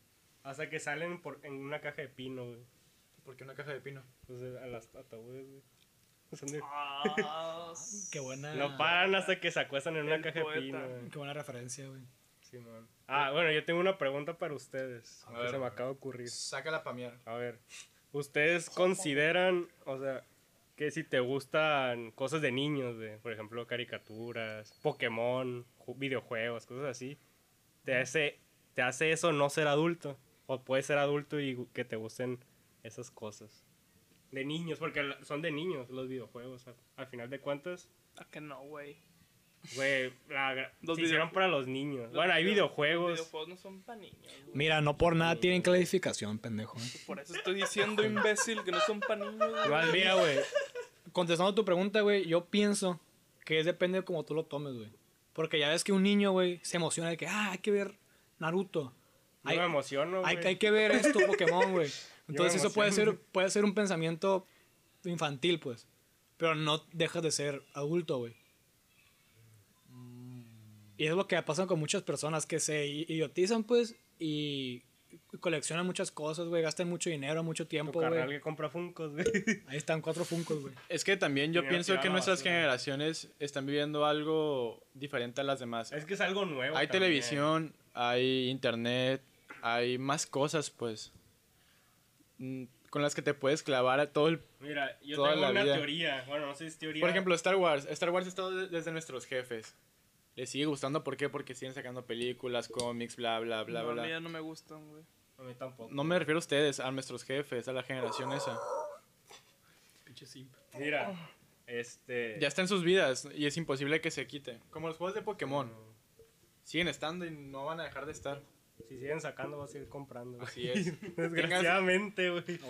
S4: Hasta que salen por, en una caja de pino, güey.
S3: ¿Por qué una caja de pino?
S4: Entonces, Pues, eh, a las ataúdes, güey. Son de-
S1: Qué buena.
S4: No paran hasta que se acuestan en una
S2: El
S4: caja
S2: poeta.
S4: de pino, güey.
S1: Qué buena referencia, güey.
S4: Simón. Ah, bueno, yo tengo una pregunta para ustedes.
S3: A
S4: que
S3: ver.
S4: se me acaba de ocurrir.
S3: Sácala pa' miar.
S4: A ver, ¿ustedes consideran, o sea, que si te gustan cosas de niños, de, por ejemplo, caricaturas, Pokémon, ju- videojuegos, cosas así, ¿te hace, ¿te hace eso no ser adulto? ¿O puedes ser adulto y gu- que te gusten esas cosas? De niños, porque la- son de niños los videojuegos, al, al final de cuentas,
S2: Ah, que no, güey.
S4: güey, la gra-
S2: Los
S4: se hicieron
S2: videojuegos.
S4: para los niños. bueno, hay
S2: video-
S4: videojuegos.
S2: Los videojuegos no son para niños, güey.
S1: Mira, no por nada tienen clasificación, pendejo. eh.
S2: Por eso estoy diciendo, imbécil, que no son para niños, güey.
S4: Más bien, güey.
S1: Contestando tu pregunta, güey, yo pienso que es depende de cómo tú lo tomes, güey. Porque ya ves que un niño, güey, se emociona de que, ah, hay que ver Naruto.
S4: Yo me emociono,
S1: hay,
S4: Oh, güey.
S1: hay que ver esto, Pokémon, güey. Entonces eso puede
S4: emociono.
S1: ser, puede ser un pensamiento infantil, pues. Pero no dejas de ser adulto, güey. Y es lo que pasa con muchas personas que se i- idiotizan, pues, y coleccionan muchas cosas, güey. Gastan mucho dinero, mucho
S4: Tu
S1: tiempo,
S4: carnal
S1: güey.
S4: que compra funcos, güey.
S1: Ahí están cuatro funcos, güey.
S3: Es que también yo
S4: Primero
S3: pienso
S4: tirar
S3: que
S4: la
S3: nuestras
S4: basura.
S3: generaciones están viviendo algo diferente a las demás.
S4: Es que es algo nuevo.
S3: Hay
S4: también.
S3: televisión, hay internet, hay más cosas, pues, mm, con las que te puedes clavar a todo el...
S4: Mira, yo
S3: Toda
S4: tengo
S3: la
S4: una
S3: vida.
S4: teoría. Bueno, no sé si es teoría.
S3: Por ejemplo, Star Wars. Star Wars está de- desde nuestros jefes. les sigue gustando. ¿Por qué? Porque siguen sacando películas, cómics, bla, bla, bla,
S2: no, a mí
S3: bla.
S2: ya no me gustan, güey.
S4: A mí tampoco.
S3: No me refiero a ustedes, a nuestros jefes, a la generación esa.
S4: Mira, este.
S3: Ya está en sus vidas y es imposible que se quite. Como los juegos de
S4: mm,
S3: Pokémon. Siguen estando y no van a dejar de estar.
S4: Si siguen sacando, vas a ir comprando. güey.
S3: Así es.
S4: Desgraciadamente, güey.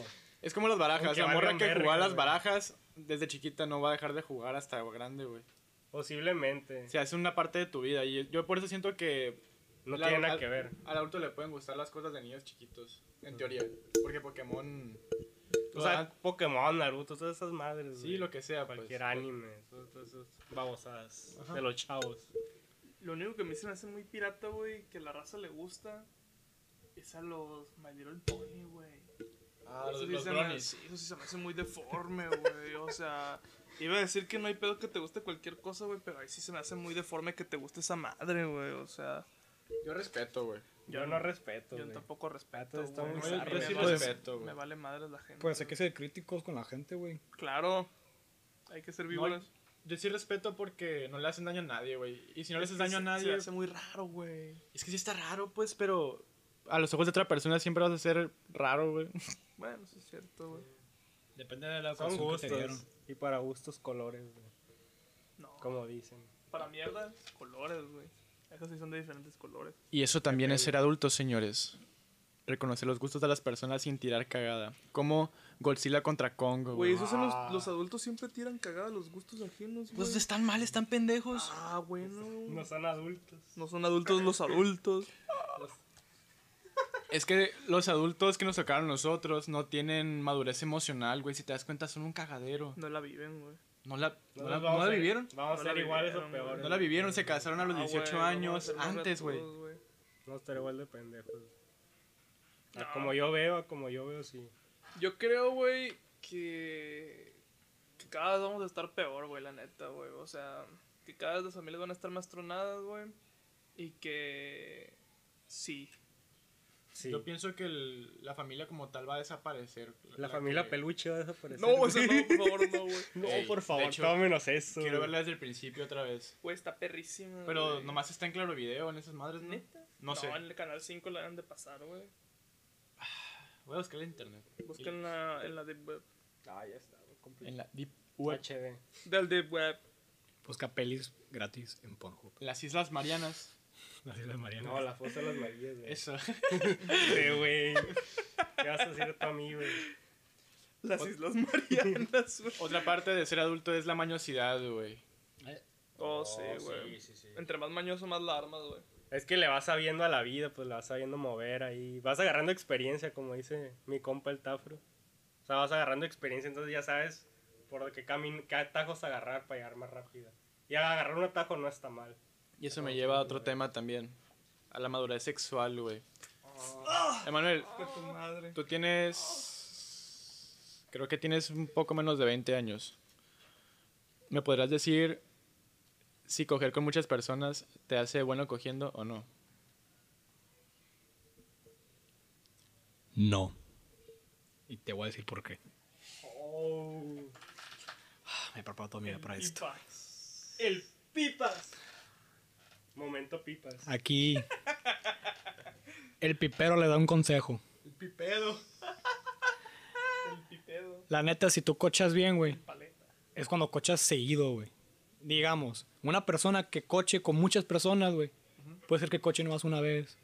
S3: Es como las barajas.
S4: Aunque
S3: La morra
S4: valgan
S3: que
S4: verga,
S3: jugaba las
S4: güey.
S3: barajas desde chiquita no va a dejar de jugar hasta grande, güey.
S4: Posiblemente.
S3: O sea, es una parte de tu vida. Y yo por eso siento que
S4: No
S3: La-
S4: tiene nada
S3: al-
S4: que ver.
S3: al adulto le pueden gustar las cosas de niños chiquitos. En teoría. Porque Pokémon.
S4: O sea, Pokémon, Naruto, todas esas madres.
S3: Sí,
S4: güey.
S3: lo que sea, pues.
S4: Cualquier anime, todas todas esas babosadas de los chavos.
S2: Lo único que a mí se me hace muy pirata, güey, que a la raza le gusta, es a los My Little Pony, güey.
S3: Ah,
S2: eso,
S3: los,
S2: sí
S3: los
S2: se me-
S3: bronies.
S2: sí, eso sí se me hace muy deforme, güey. O sea, iba a decir que no hay pedo que te guste cualquier cosa, güey, pero ahí sí se me hace muy deforme que te guste esa madre, güey. O sea,
S3: Yo respeto, güey.
S4: Yo no respeto.
S2: yo
S4: güey.
S2: tampoco respeto.
S4: Vato, está
S2: güey.
S4: muy
S2: Me
S4: zarra,
S3: Yo sí
S2: vale-
S1: pues,
S3: respeto,
S2: Me
S3: güey.
S2: vale madre la gente.
S1: Pues hay
S2: güey.
S1: que ser críticos con la gente, güey.
S2: Claro, hay que ser víboras.
S3: Yo sí respeto porque no le hacen daño a nadie, güey. Y si no le
S2: Es
S3: haces
S2: que
S3: daño a
S2: se- Se
S3: nadie.
S2: me hace muy raro, güey.
S3: Es que sí está raro, pues, pero. A los ojos de otra persona siempre vas a ser raro, güey.
S2: Bueno, sí es cierto, güey.
S1: Depende de la
S4: Son
S1: ocasión que te dieron.
S4: gustos. Y para gustos colores, güey,
S2: No,
S4: como dicen.
S2: para mierda, colores, güey. Esas sí son de diferentes colores.
S3: Y eso también es ser adultos, señores. Reconocer los gustos de las personas sin tirar cagada. Como Godzilla contra Kong,
S2: Güey,
S3: güey.
S2: esos son los, los adultos siempre tiran cagada los gustos ajenos, güey.
S3: Ah. Pues están mal, están pendejos.
S2: Ah, bueno.
S4: No son adultos.
S2: No son adultos los adultos.
S3: Es que los adultos que nos tocaron a nosotros no tienen madurez emocional, güey. Si te das cuenta, son un cagadero.
S2: No la viven, güey.
S3: No la, no la-
S4: nos vamos
S3: no la
S4: a-
S3: vivieron.
S4: Vamos
S2: No
S4: a
S2: la
S4: ser iguales o
S2: vivieron, güey.
S4: peores.
S3: No la vivieron, se casaron a los
S2: Ah,
S3: 18
S2: güey,
S3: años.
S2: vamos a hacer
S3: Antes, güey.
S2: todos, güey.
S4: Vamos a estar igual de pendejos. A como yo veo, a como yo veo, sí.
S2: Yo creo, güey, que... que cada vez vamos a estar peor, güey, la neta, güey. O sea, que cada vez las familias van a estar más tronadas, güey. Y que... Sí.
S4: sí.
S3: Yo pienso que el- la familia como tal va a desaparecer.
S4: La familia
S3: que-
S4: peluche va a desaparecer.
S2: No, o sea, no, por favor, no, güey.
S4: No,
S3: Ey,
S4: por
S3: de
S4: favor,
S3: hecho,
S4: todo menos eso.
S3: Quiero
S4: güey.
S3: verla desde el principio otra vez.
S2: Güey, está perrísima.
S3: Pero
S2: güey.
S3: nomás está en claro video en esas madres, ¿no?
S2: ¿Neta?
S3: No sé.
S2: en el canal 5 la han de pasar, güey.
S3: Voy a buscar en internet.
S2: Busca en la, en la Deep Web.
S4: Ah, ya está. güey, completo.
S3: En la Deep Web.
S4: HD.
S2: Del Deep Web.
S1: Busca pelis gratis en Pornhub.
S3: Las Islas Marianas.
S1: Así la Mariana.
S4: No, la foto de las Marías, güey.
S3: Eso. Este,
S4: Sí, güey. ¿Qué vas a decir tú a mí, güey?
S2: Las Islas Marianas, güey.
S3: Otra parte de ser adulto es la mañosidad, güey.
S2: Oh, sí, güey.
S4: sí, sí.
S2: Entre más mañoso, más la armas, güey.
S4: Es que le vas sabiendo a la vida, pues la vas sabiendo mover ahí. Vas agarrando experiencia, como dice mi compa el Tafro. O sea, vas agarrando experiencia, entonces ya sabes por qué, camin qué atajos agarrar para llegar más rápido. Y agarrar un atajo no está mal.
S3: Y eso me lleva a otro tema también. A la madurez sexual, güey. Emanuel,
S2: tu madre.
S3: tú tienes... Creo que tienes un poco menos de 20 años. ¿Me podrás decir si coger con muchas personas te hace bueno cogiendo o no?
S1: No. Y te voy a decir por qué.
S3: Oh.
S1: Ah, Me he preparado toda mi vida para esto.
S4: Pipas. El pipas. Momento pipas.
S1: Aquí. El pipero le da un consejo.
S2: El pipedo. El pipedo.
S1: La neta, si tú cochas bien, güey,
S2: Paleta.
S1: es cuando cochas seguido, güey. Digamos, una persona que coche con muchas personas, güey, puede ser que coche nomás una vez,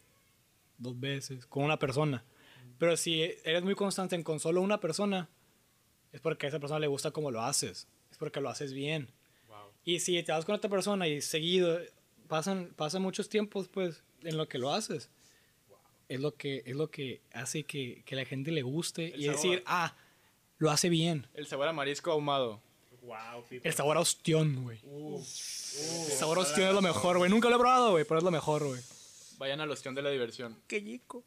S1: dos veces, con una persona. Pero si eres muy constante en con solo una persona, es porque a esa persona le gusta cómo lo haces. Es porque lo haces bien. Y si te vas con otra persona y seguido, pasan, pasan muchos tiempos, pues, en lo que lo haces. Es lo que, es lo que hace que, que la gente le guste
S3: El
S1: y
S3: sabor.
S1: decir, ah, lo hace bien.
S3: El sabor a marisco ahumado.
S4: Wow, pipas.
S1: El sabor a ostión, güey. el sabor a ostión es lo mejor, güey. Nunca lo he probado, güey, pero es lo mejor, güey.
S3: Vayan a la opción de la diversión.
S2: Qué chico.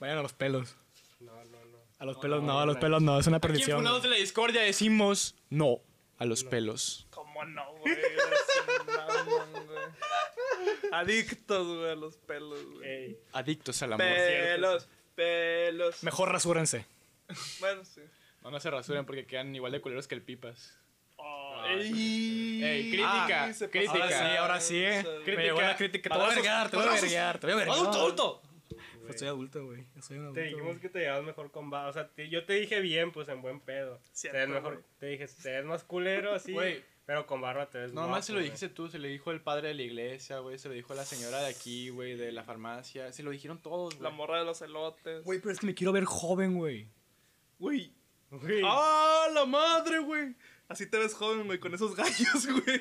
S1: Vayan a los pelos.
S4: No, no, no.
S1: A los pelos no, a los pelos no, es una
S3: Aquí en
S1: perdición.
S3: Funados de la Discordia decimos no a los pelos.
S2: ¿Cómo no, güey? Eres un mamón, güey. Adictos, güey, a los pelos, güey.
S4: Ey,
S3: Adictos al amor.
S2: Pelos, pelos.
S1: Mejor rasúrense.
S2: Bueno, sí.
S3: No, no se rasuren porque quedan igual de culeros que el pipas.
S2: Oh,
S3: Ey, crítica,
S2: Ah, se pasó.
S3: crítica.
S1: Ahora sí, ahora sí, eh. Me llegó la crítica. Te voy a vergar, te voy a vergar, te voy a vergar.
S2: ¡Adulto, adulto!
S1: Pues soy adulto, güey. Yo soy un adulto.
S4: Te dijimos
S1: güey.
S4: que te llevabas mejor con va. O sea, te- yo te dije bien, pues en buen pedo.
S2: Cierto,
S4: te ves mejor.
S2: güey.
S4: Te dije, te ves más culero así.
S3: Güey.
S4: Pero con barba te ves
S3: No,
S4: guapo,
S3: más se lo
S4: güey.
S3: dijiste tú, se le dijo el padre de la iglesia, güey, se lo dijo la señora de aquí, güey, de la farmacia, se lo dijeron todos,
S2: La
S3: güey.
S2: morra de los elotes.
S1: Güey, pero es que me quiero ver joven, güey.
S2: Güey.
S4: Güey,
S2: ¡Ah, la madre, güey! Así te ves joven, güey, con esos gallos, güey.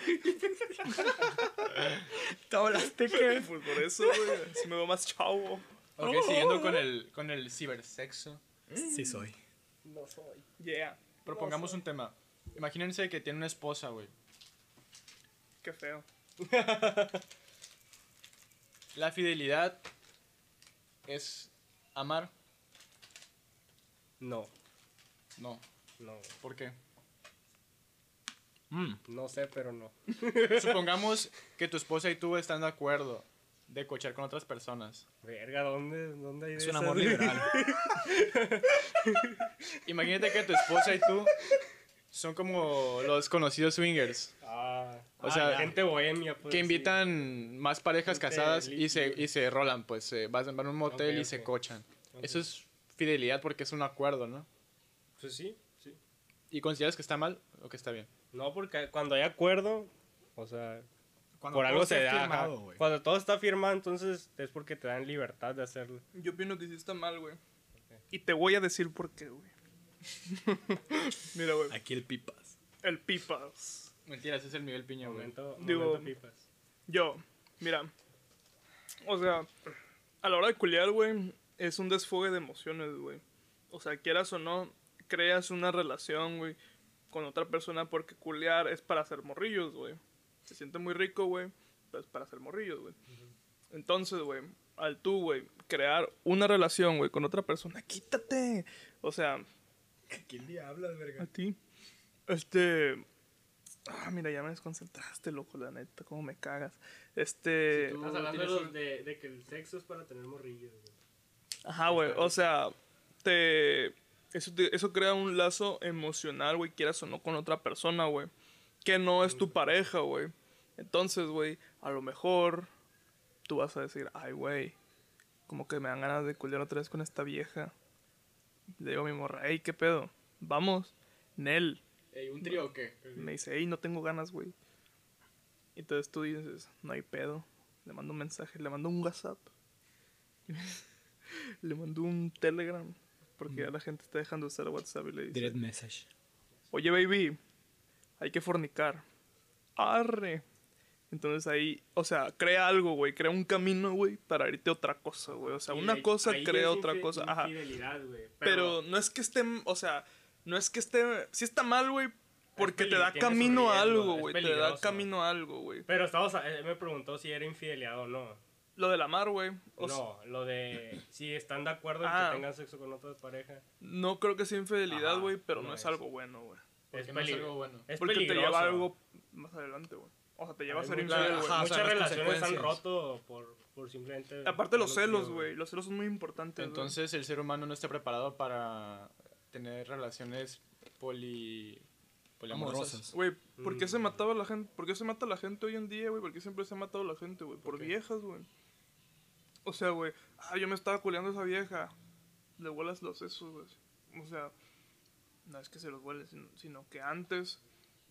S1: Te hablaste que.
S2: Pues por eso, güey. Así me veo más chavo.
S3: Ok, siguiendo con el, con el cibersexo,
S1: Sí, soy.
S2: Yeah.
S3: propongamos un tema. Imagínense que tiene una esposa, güey.
S2: Qué feo.
S3: La fidelidad es amar,
S4: No,
S3: no,
S4: no,
S3: ¿por qué?
S4: no sé, pero no.
S3: Supongamos que tu esposa y tú están de acuerdo de cochar con otras personas.
S4: Verga, ¿dónde, dónde hay de
S1: Es un
S4: esas,
S1: amor
S4: güey?
S1: liberal.
S3: Imagínate que tu esposa y tú son como los conocidos swingers.
S4: Ah,
S3: O
S4: ah,
S3: sea,
S4: gente bohemia, pues.
S3: Que
S4: sí.
S3: invitan más parejas
S4: Gente
S3: casadas y se,
S4: líquida.
S3: y se rolan, pues se van van a un motel
S4: Ok,
S3: y se
S4: ok.
S3: cochan. Eso es fidelidad porque es un acuerdo, ¿no?
S4: Pues sí, sí.
S3: ¿Y consideras que está mal o que está bien?
S4: No, porque cuando hay acuerdo, o sea,
S1: Cuando
S4: por
S1: todo
S4: algo
S1: esté
S4: se da.
S1: firmado,
S4: ajá.
S1: güey.
S4: cuando todo está firmado, entonces es porque te dan libertad de hacerlo.
S2: Yo opino que sí está mal, güey. Y te voy a decir por qué, güey. Mira, güey.
S1: Aquí el pipas.
S2: El pipas.
S3: Mentiras, es el Miguel Piña, güey.
S4: Momento,
S2: Digo-
S4: momento pipas.
S2: Yo, mira. O sea, a la hora de culiar, güey, es un desfogue de emociones, güey. O sea, quieras o no, creas una relación, güey, con otra persona porque culiar es para hacer morrillos, güey. Se siente muy rico, güey, pero es para hacer morrillos, güey. Entonces, güey, al tú, güey, crear una relación, güey, con otra persona, quítate. O sea,
S1: ¿Quién le hablas, verga?
S2: a ti. Este. Ah, mira, ya me desconcentraste, loco, la neta, cómo me cagas. Este.
S4: Estás hablando de, los- de- de que el sexo es para tener morrillos. güey.
S2: Ajá, güey, o sea, te. Eso, te- eso crea un lazo emocional, güey, quieras o no, con otra persona, güey. Que no es tu pareja, güey. Entonces, güey, a lo mejor tú vas a decir, ay, güey, como que me dan ganas de culiar otra vez con esta vieja. Le digo a mi morra, hey, ¿qué pedo? Vamos, Nel.
S3: Ey, ¿Un trío o qué?
S2: Me dice, hey, no tengo ganas, güey. Y Entonces tú dices, no hay pedo. Le mando un mensaje, le mando un WhatsApp. le mando un Telegram. Porque
S3: Mm.
S2: ya la gente está dejando de usar WhatsApp y le dice,
S1: Direct message.
S2: oye, baby, hay que fornicar. Arre. Entonces ahí, o sea, crea algo, güey. Crea un camino, güey, para irte a otra cosa, güey. O sea,
S4: Y
S2: una
S4: ahí-
S2: cosa
S4: ahí es
S2: crea otra
S4: infi-
S2: cosa. Ajá.
S4: infidelidad, güey,
S2: Pero no es que esté, o sea, no es que esté, sí está mal, güey, porque
S4: peli-
S2: te da
S4: tiene su
S2: camino a
S4: riesgo,
S2: algo,
S4: es
S2: güey, te da
S4: peligroso.
S2: camino a algo, güey.
S4: Pero estamos, a- él me preguntó si era infidelidad o no.
S2: Lo de la mar, güey, o sea,
S4: No, lo de si están de acuerdo en
S2: Ah.
S4: que tengan sexo con otras parejas.
S2: no creo que sea
S4: Ajá,
S2: infidelidad, güey, pero
S4: no
S2: no es
S4: es.
S2: algo bueno, güey.
S4: Es,
S3: no es
S4: peli-
S3: algo bueno.
S4: es
S2: Porque te
S4: peligroso.
S2: lleva a algo más adelante, güey. O sea, te lleva a
S4: Hay
S2: ser
S4: mucha-
S2: infiel,
S1: ajá.
S2: güey.
S1: o sea,
S4: Muchas
S1: las
S4: relaciones han
S1: consecuencias.
S4: roto por, por simplemente...
S2: Aparte los
S4: por
S2: celos,
S4: tíos,
S2: güey, los celos son muy importantes, güey.
S3: Entonces el ser humano no está preparado para tener relaciones poli... poliamorosas.
S1: Amorosas.
S2: Güey, ¿por qué se mataba la gente? ¿Por qué se mata la gente hoy en día, güey? ¿Por qué siempre se ha matado la gente, güey? Por viejas, güey. O sea, güey, ah, yo me estaba culeando a esa vieja. Le vuelas los sesos, güey. O sea, no es que se los vueles, sino, sino que antes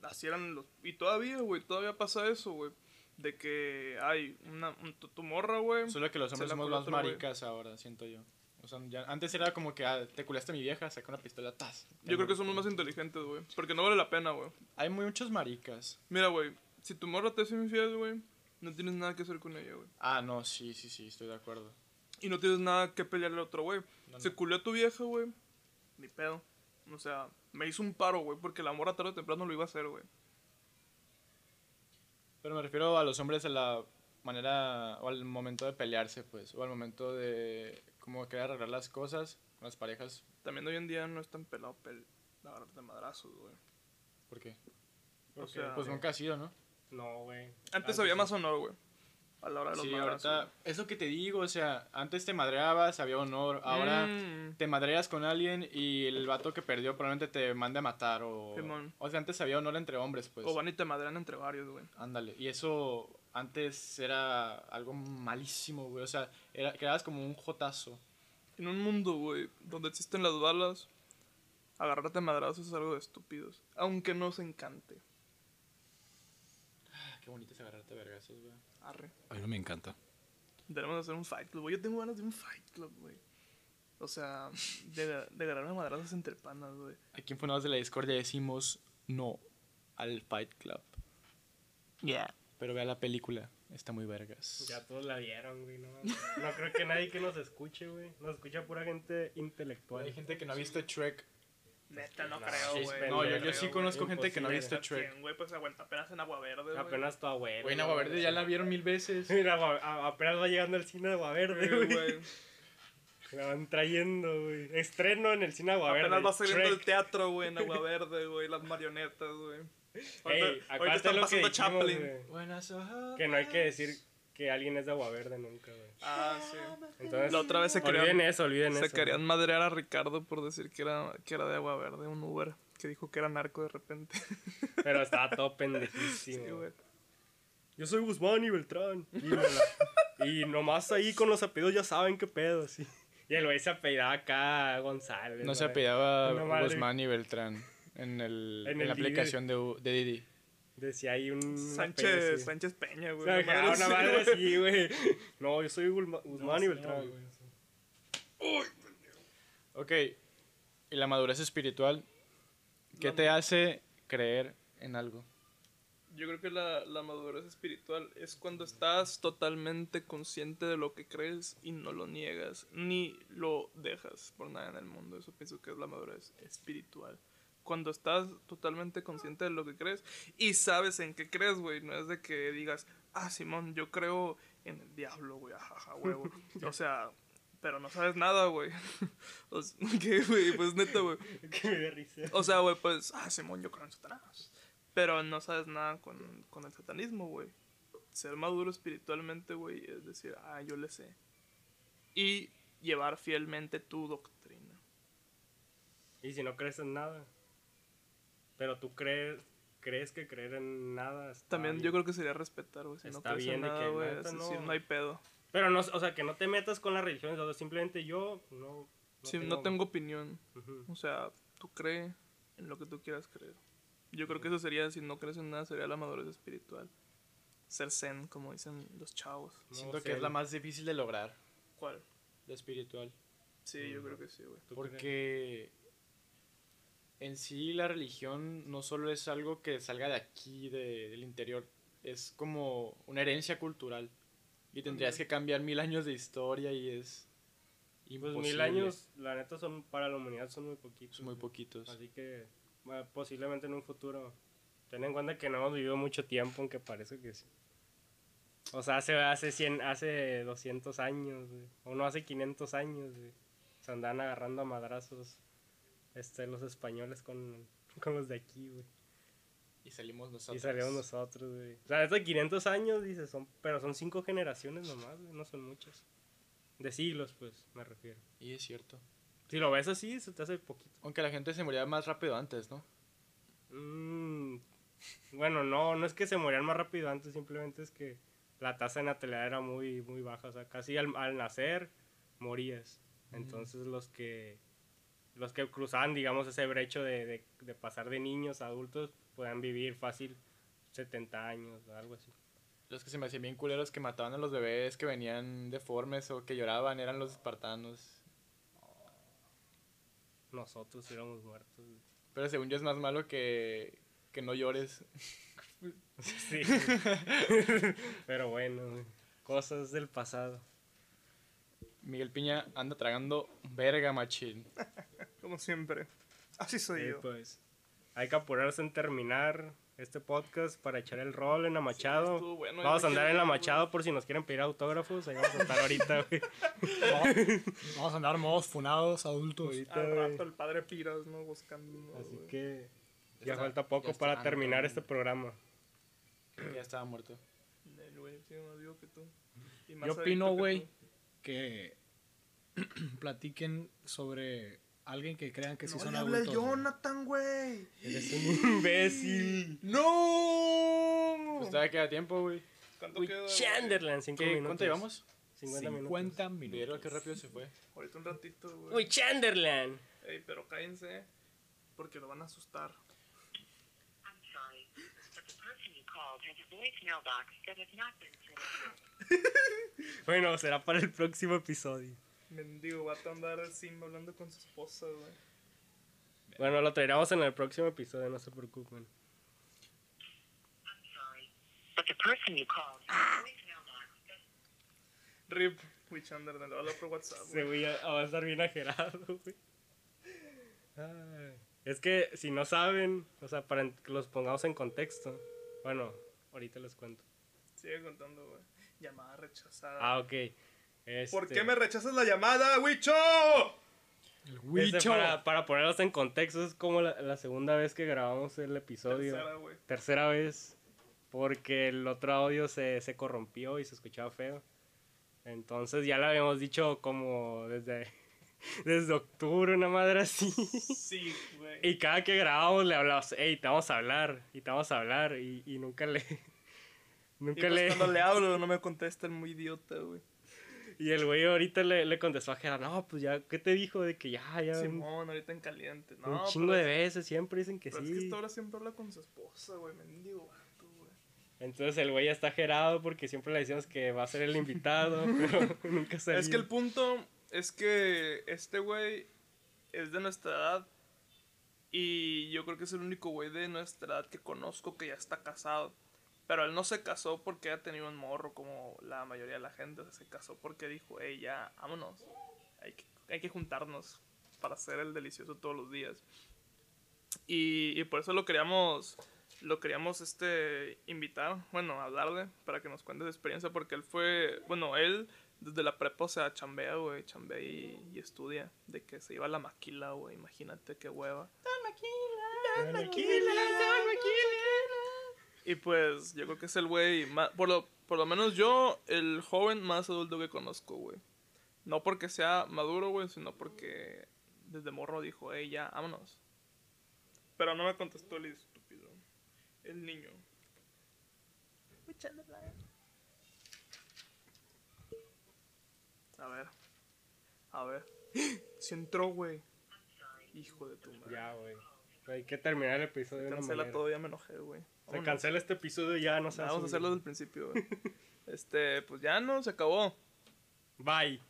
S2: así eran los... Y todavía, güey, todavía pasa eso, güey. De que hay una... un- tu, tu morra, güey.
S3: Solo que los hombres
S2: Se la
S3: somos
S2: coló
S3: más
S2: otro güey.
S3: maricas ahora, siento yo. O sea, ya- antes era como que ah, te culeaste a mi vieja, saca una pistola, tas.
S2: Yo creo que somos más inteligentes, güey. Porque no vale la pena, güey.
S3: Hay muchos maricas.
S2: Mira, güey, si tu morra te es infiel, güey, no tienes nada que hacer con ella, güey.
S3: Ah, no, sí, sí, sí, estoy de acuerdo.
S2: Y no tienes nada que pelearle al otro, güey.
S3: No,
S2: Se
S3: no.
S2: culió a tu vieja, güey. Ni pedo. O sea, me hizo un paro, güey, porque la morra tarde o temprano lo iba a hacer, güey.
S3: Pero me refiero a los hombres a la manera o al momento de pelearse, pues, o al momento de como querer arreglar las cosas con las parejas.
S2: También hoy en día no es tan pelado pel agarrarte a madrazos, güey.
S3: ¿Por qué?
S2: O
S4: Porque,
S2: sea, Ah,
S3: Pues nunca ha sido, ¿no? Ah, pues
S4: No, güey.
S2: antes había más honor, güey. a la hora de los
S3: Sí,
S2: madrazos,
S3: ahorita, es lo que te digo, o sea, antes te madreabas, había honor, ahora
S2: Mm.
S3: te madreas con alguien y el vato que perdió probablemente te mande a matar o...
S2: Simón.
S3: O sea, antes había honor entre hombres, pues.
S2: O van y te madrean entre varios, güey.
S3: Ándale, y eso antes era algo malísimo, güey, o sea, era, quedabas como un jotazo.
S2: En un mundo, güey, donde existen las balas, agarrarte a madrazos es algo de estúpidos. Aunque nos encante.
S3: Ah, Qué bonito es agarrarte a vergazos, güey.
S2: Arre.
S1: A mí no me encanta.
S2: Debemos hacer un fight club, güey. Yo tengo ganas de un fight club, güey. O sea, de, de agarrarme a madrazos entre panas, güey.
S3: Aquí en Funados de la Discordia decimos no al Fight Club.
S2: Yeah.
S3: Pero vea la película, está muy vergas.
S4: Ya todos la vieron, güey. No, no creo que nadie que nos escuche, güey. Nos escucha pura gente intelectual.
S3: Hay gente que no ha visto Trek.
S2: Neta, no
S4: No,
S2: creo,
S4: sí,
S2: güey.
S4: pero-
S3: No, yo,
S4: creo,
S3: yo sí
S4: güey.
S3: conozco gente que no ha
S4: Imposible.
S3: visto Trek.
S2: ¿Quién, güey? Pues aguanta apenas en Agua Verde, güey.
S4: Ah, Apenas tu abuelo.
S3: Güey, en Agua Verde ya la vieron mil veces.
S4: Mira, Agua- a- apenas va llegando el cine de Agua Verde,
S2: Sí,
S4: güey.
S2: güey.
S4: La van trayendo, güey. Estreno en el cine Agua Verde.
S2: Apenas va saliendo
S4: Shrek.
S2: el teatro, güey, en Agua Verde, güey. Las marionetas, güey.
S4: Ey,
S2: Ahorita- ahorita
S4: acuérdate
S2: están
S4: lo que
S2: pasando
S4: dijimos,
S2: Chaplin.
S4: güey,
S3: Buenas hojas.
S4: Que no hay que decir que alguien es de Agua Verde nunca, güey.
S2: Ah, sí.
S4: Entonces,
S2: La otra vez se creó-
S4: Olviden eso, olviden
S2: Se
S4: eso.
S2: querían madrear a Ricardo por decir que era, que era de Agua Verde, un Uber, que dijo que era narco de repente.
S4: Pero estaba todo
S2: Sí,
S4: pendejísimo.
S2: güey.
S4: Yo soy Guzmán y Beltrán. Y, me la- y nomás ahí con los apellidos ya saben qué pedo, sí. Y el güey se apellidaba acá González.
S3: No se
S4: güey.
S3: apellidaba
S4: Una madre.
S3: Guzmán y Beltrán en, el,
S4: pues En
S3: en,
S4: el
S3: la
S4: Didi.
S3: aplicación de, U- de Didi.
S4: Decía ahí un. apellido
S2: Sánchez,
S4: así.
S2: Sánchez Peña,
S4: O
S2: güey.
S4: sea,
S2: una
S4: que, ah,
S2: madre
S4: una
S2: así,
S4: madre
S2: güey.
S4: sí, güey. No, yo soy Gulma- Guzmán y Beltrán.
S3: Ok, y la madurez espiritual, ¿qué te hace creer en algo?
S2: Yo creo que la, la madurez espiritual es cuando estás totalmente consciente de lo que crees y no lo niegas, ni lo dejas por nada en el mundo. Eso pienso que es la madurez espiritual. Cuando estás totalmente consciente de lo que crees y sabes en qué crees, güey. No es de que digas, ah, Simón, yo creo en el diablo, güey, ajaja, huevo. o sea, pero no sabes nada, güey. o sea, ¿qué, güey? Pues neta, güey.
S4: Que me dio risa.
S2: O sea, güey, pues, ah, Simón, yo creo en Satanás. Pero no sabes nada con, con el satanismo, güey. Ser maduro espiritualmente, güey, es decir, ah, yo le sé. Y llevar fielmente tu doctrina.
S4: Y si no crees en nada. Pero tú crees, crees que creer en nada. está
S2: También
S4: Ah, bien.
S2: yo creo que sería respetar, güey. Si no
S4: Está
S2: crees en
S4: bien de que
S2: nada, güey,
S4: neta,
S2: es decir,
S4: no.
S2: no. hay pedo.
S4: Pero no, o sea, que no te metas con las religiones. o sea, simplemente yo no.
S2: si no tengo opinión.
S4: Ujú.
S2: O sea, tú cree en lo que tú quieras creer. Yo creo que eso sería, si no crees en nada, sería la madurez espiritual. Ser zen, como dicen los chavos.
S4: No
S3: Siento que
S4: sé,
S3: es la más difícil de lograr,
S2: ¿Cuál?
S3: la espiritual.
S2: Sí, yo creo
S4: Mm.
S2: que sí, güey.
S4: ¿tú crees?
S3: Porque en sí la religión no solo es algo que salga de aquí, de- del interior, es como una herencia cultural. Y tendrías que cambiar mil años de historia y es...
S4: Pues mil
S3: imposible.
S4: años, la neta, son para la humanidad son muy poquitos.
S3: Son muy
S4: güey.
S3: poquitos.
S4: Así que bueno, posiblemente en un futuro. Ten en cuenta que no hemos vivido mucho tiempo, aunque parece que sí. O sea, hace, hace, 100, hace 200 años, güey, o no hace 500 años, güey, se andan agarrando a madrazos este, los españoles con, con los de aquí, güey.
S3: Y salimos nosotros.
S4: Y salieron nosotros, güey. O sea, estos 500 años, dices, son, pero son cinco generaciones nomás, güey, no son muchas. De siglos, pues, me refiero.
S3: Y es cierto.
S4: Si lo ves así, se te hace poquito.
S3: Aunque la gente se moría más rápido antes, ¿no?
S4: Mm, bueno, no, no es que se morían más rápido antes, simplemente es que la tasa de natalidad era muy, muy baja. O sea, casi al, al nacer morías. Entonces los que los que cruzaban, digamos, ese brecho de, de- de pasar de niños a adultos, podían vivir fácil 70 años o algo así.
S3: Los que se me hacían bien culeros que mataban a los bebés que venían deformes o que lloraban eran los espartanos.
S4: Nosotros éramos muertos. güey.
S3: Pero según yo es más malo que, que no llores.
S4: Sí. Pero bueno, güey, cosas del pasado.
S3: Miguel Piña anda tragando verga machín.
S2: Como siempre. Así soy
S4: Sí,
S2: yo.
S4: pues. Hay que apurarse en terminar este podcast para echar el rol en la Machado.
S2: estuvo bueno,
S4: vamos
S2: ya
S4: a
S2: me
S4: andar
S2: quiero
S4: en la
S2: ir,
S4: Machado por si nos quieren pedir autógrafos. Ahí vamos a estar ahorita, güey.
S1: Vamos a andar modos funados, adultos.
S3: Pues,
S2: Ah, Al rato el padre Piras, ¿no? Buscando. eh,
S4: Así
S2: güey.
S4: que ya
S3: está-
S4: falta poco
S3: ya está
S4: para
S3: andando,
S4: terminar este
S3: güey.
S4: programa.
S3: ya ah, estaba muerto.
S2: El güey. Sí, más vivo que tú. Y más
S6: Yo
S2: adicto
S6: opino,
S2: que
S6: güey,
S2: tú.
S6: que platiquen sobre alguien que crean que sí
S2: No
S6: son
S2: le habla el
S6: adultos. güey.
S2: Jonathan, güey.
S4: Eres un imbécil.
S2: ¡No!
S3: Pues todavía queda tiempo, güey.
S2: ¿Cuánto
S4: Uy,
S2: queda? güey?
S4: Chanderland, 5
S3: ¿Qué-
S4: minutos.
S3: ¿Cuánto llevamos?
S4: 50 minutos.
S6: 50 minutos.
S3: Vieron qué rápido se fue.
S2: Ahorita un ratito, güey.
S4: Uy, Chanderland.
S2: Ey, pero cállense. Porque lo van a asustar.
S7: I'm sorry, but the person you called has a voicemail box that has not been set up.
S4: Bueno, será para el próximo episodio.
S2: Mendigo, va a andar así hablando con su esposa, güey.
S4: Bueno, lo traeremos en el próximo episodio, no se preocupen.
S7: I'm sorry, but the person you called has a voicemail box that
S2: Rip, güey, Chanderland. Habla por WhatsApp,
S4: Se
S2: güey.
S4: voy a avanzar bien ajerado, güey. Ay, Es que si no saben, o sea, para en- que los pongamos en contexto. Bueno, ahorita les cuento.
S2: Sigue contando, güey. Llamada rechazada.
S4: Ah, ok.
S2: ¿Por
S4: Este,
S2: qué me rechazas la llamada, Wicho?
S4: este,
S6: Huicho.
S4: para, para ponerlos en contexto, es como la, la segunda vez que grabamos el episodio.
S2: Tercera, güey.
S4: Tercera vez. Porque el otro audio se, se corrompió y se escuchaba feo. Entonces ya lo habíamos dicho como desde, desde octubre, una madre así.
S2: Sí, güey.
S4: Y cada que grabábamos le hablábamos, hey, te vamos a hablar, y te vamos a hablar, y, y nunca le...
S2: Y
S4: Nunca
S2: pues
S4: le...
S2: cuando le hablo no me contestan, muy idiota, güey.
S4: Y el güey ahorita le, le contestó a Gerardo, no, pues ya, ¿qué te dijo? De que ya, ya... un-
S2: Simón, ahorita en caliente.
S4: un
S2: No,
S4: chingo de
S2: pero,
S4: veces, siempre dicen que
S2: pero
S4: sí.
S2: es que esta hora siempre habla con su esposa, güey. Mendigo, vato, güey.
S4: Entonces el güey ya está gerado porque siempre le decimos que va a ser el invitado, pero nunca se
S2: Es que el punto es que este güey es de nuestra edad. Y yo creo que es el único güey de nuestra edad que conozco que ya está casado. Pero él no se casó porque haya tenido un morro como la mayoría de la gente. O sea, se casó porque dijo, hey, ya, vámonos. Hay que, hay que juntarnos para hacer el delicioso todos los días. Y, y por eso lo queríamos, lo queríamos este, invitar, bueno, hablarle para que nos cuente su experiencia. Porque él fue, bueno, él desde la prepa, o sea, chambea, güey, chambea y, y estudia. De que se iba a la maquila, güey, imagínate qué hueva. Y pues yo creo que es el güey más... Por lo, por lo menos yo, el joven más adulto que conozco, güey. No porque sea maduro, güey, sino porque desde morro dijo, hey, ya, vámonos. Pero no me contestó el estúpido. El niño. A ver. A ver. ¡Ah! Se entró, güey. Hijo de tu madre.
S4: Ya, güey. Hay que terminar el episodio de una
S2: Cancela
S4: manera.
S2: todo, ya me enojé, güey.
S4: Se
S2: Vámonos.
S4: cancela este episodio ya, no se va
S2: Vamos a hacerlo desde el principio, güey. Este, pues ya no, se acabó.
S4: Bye.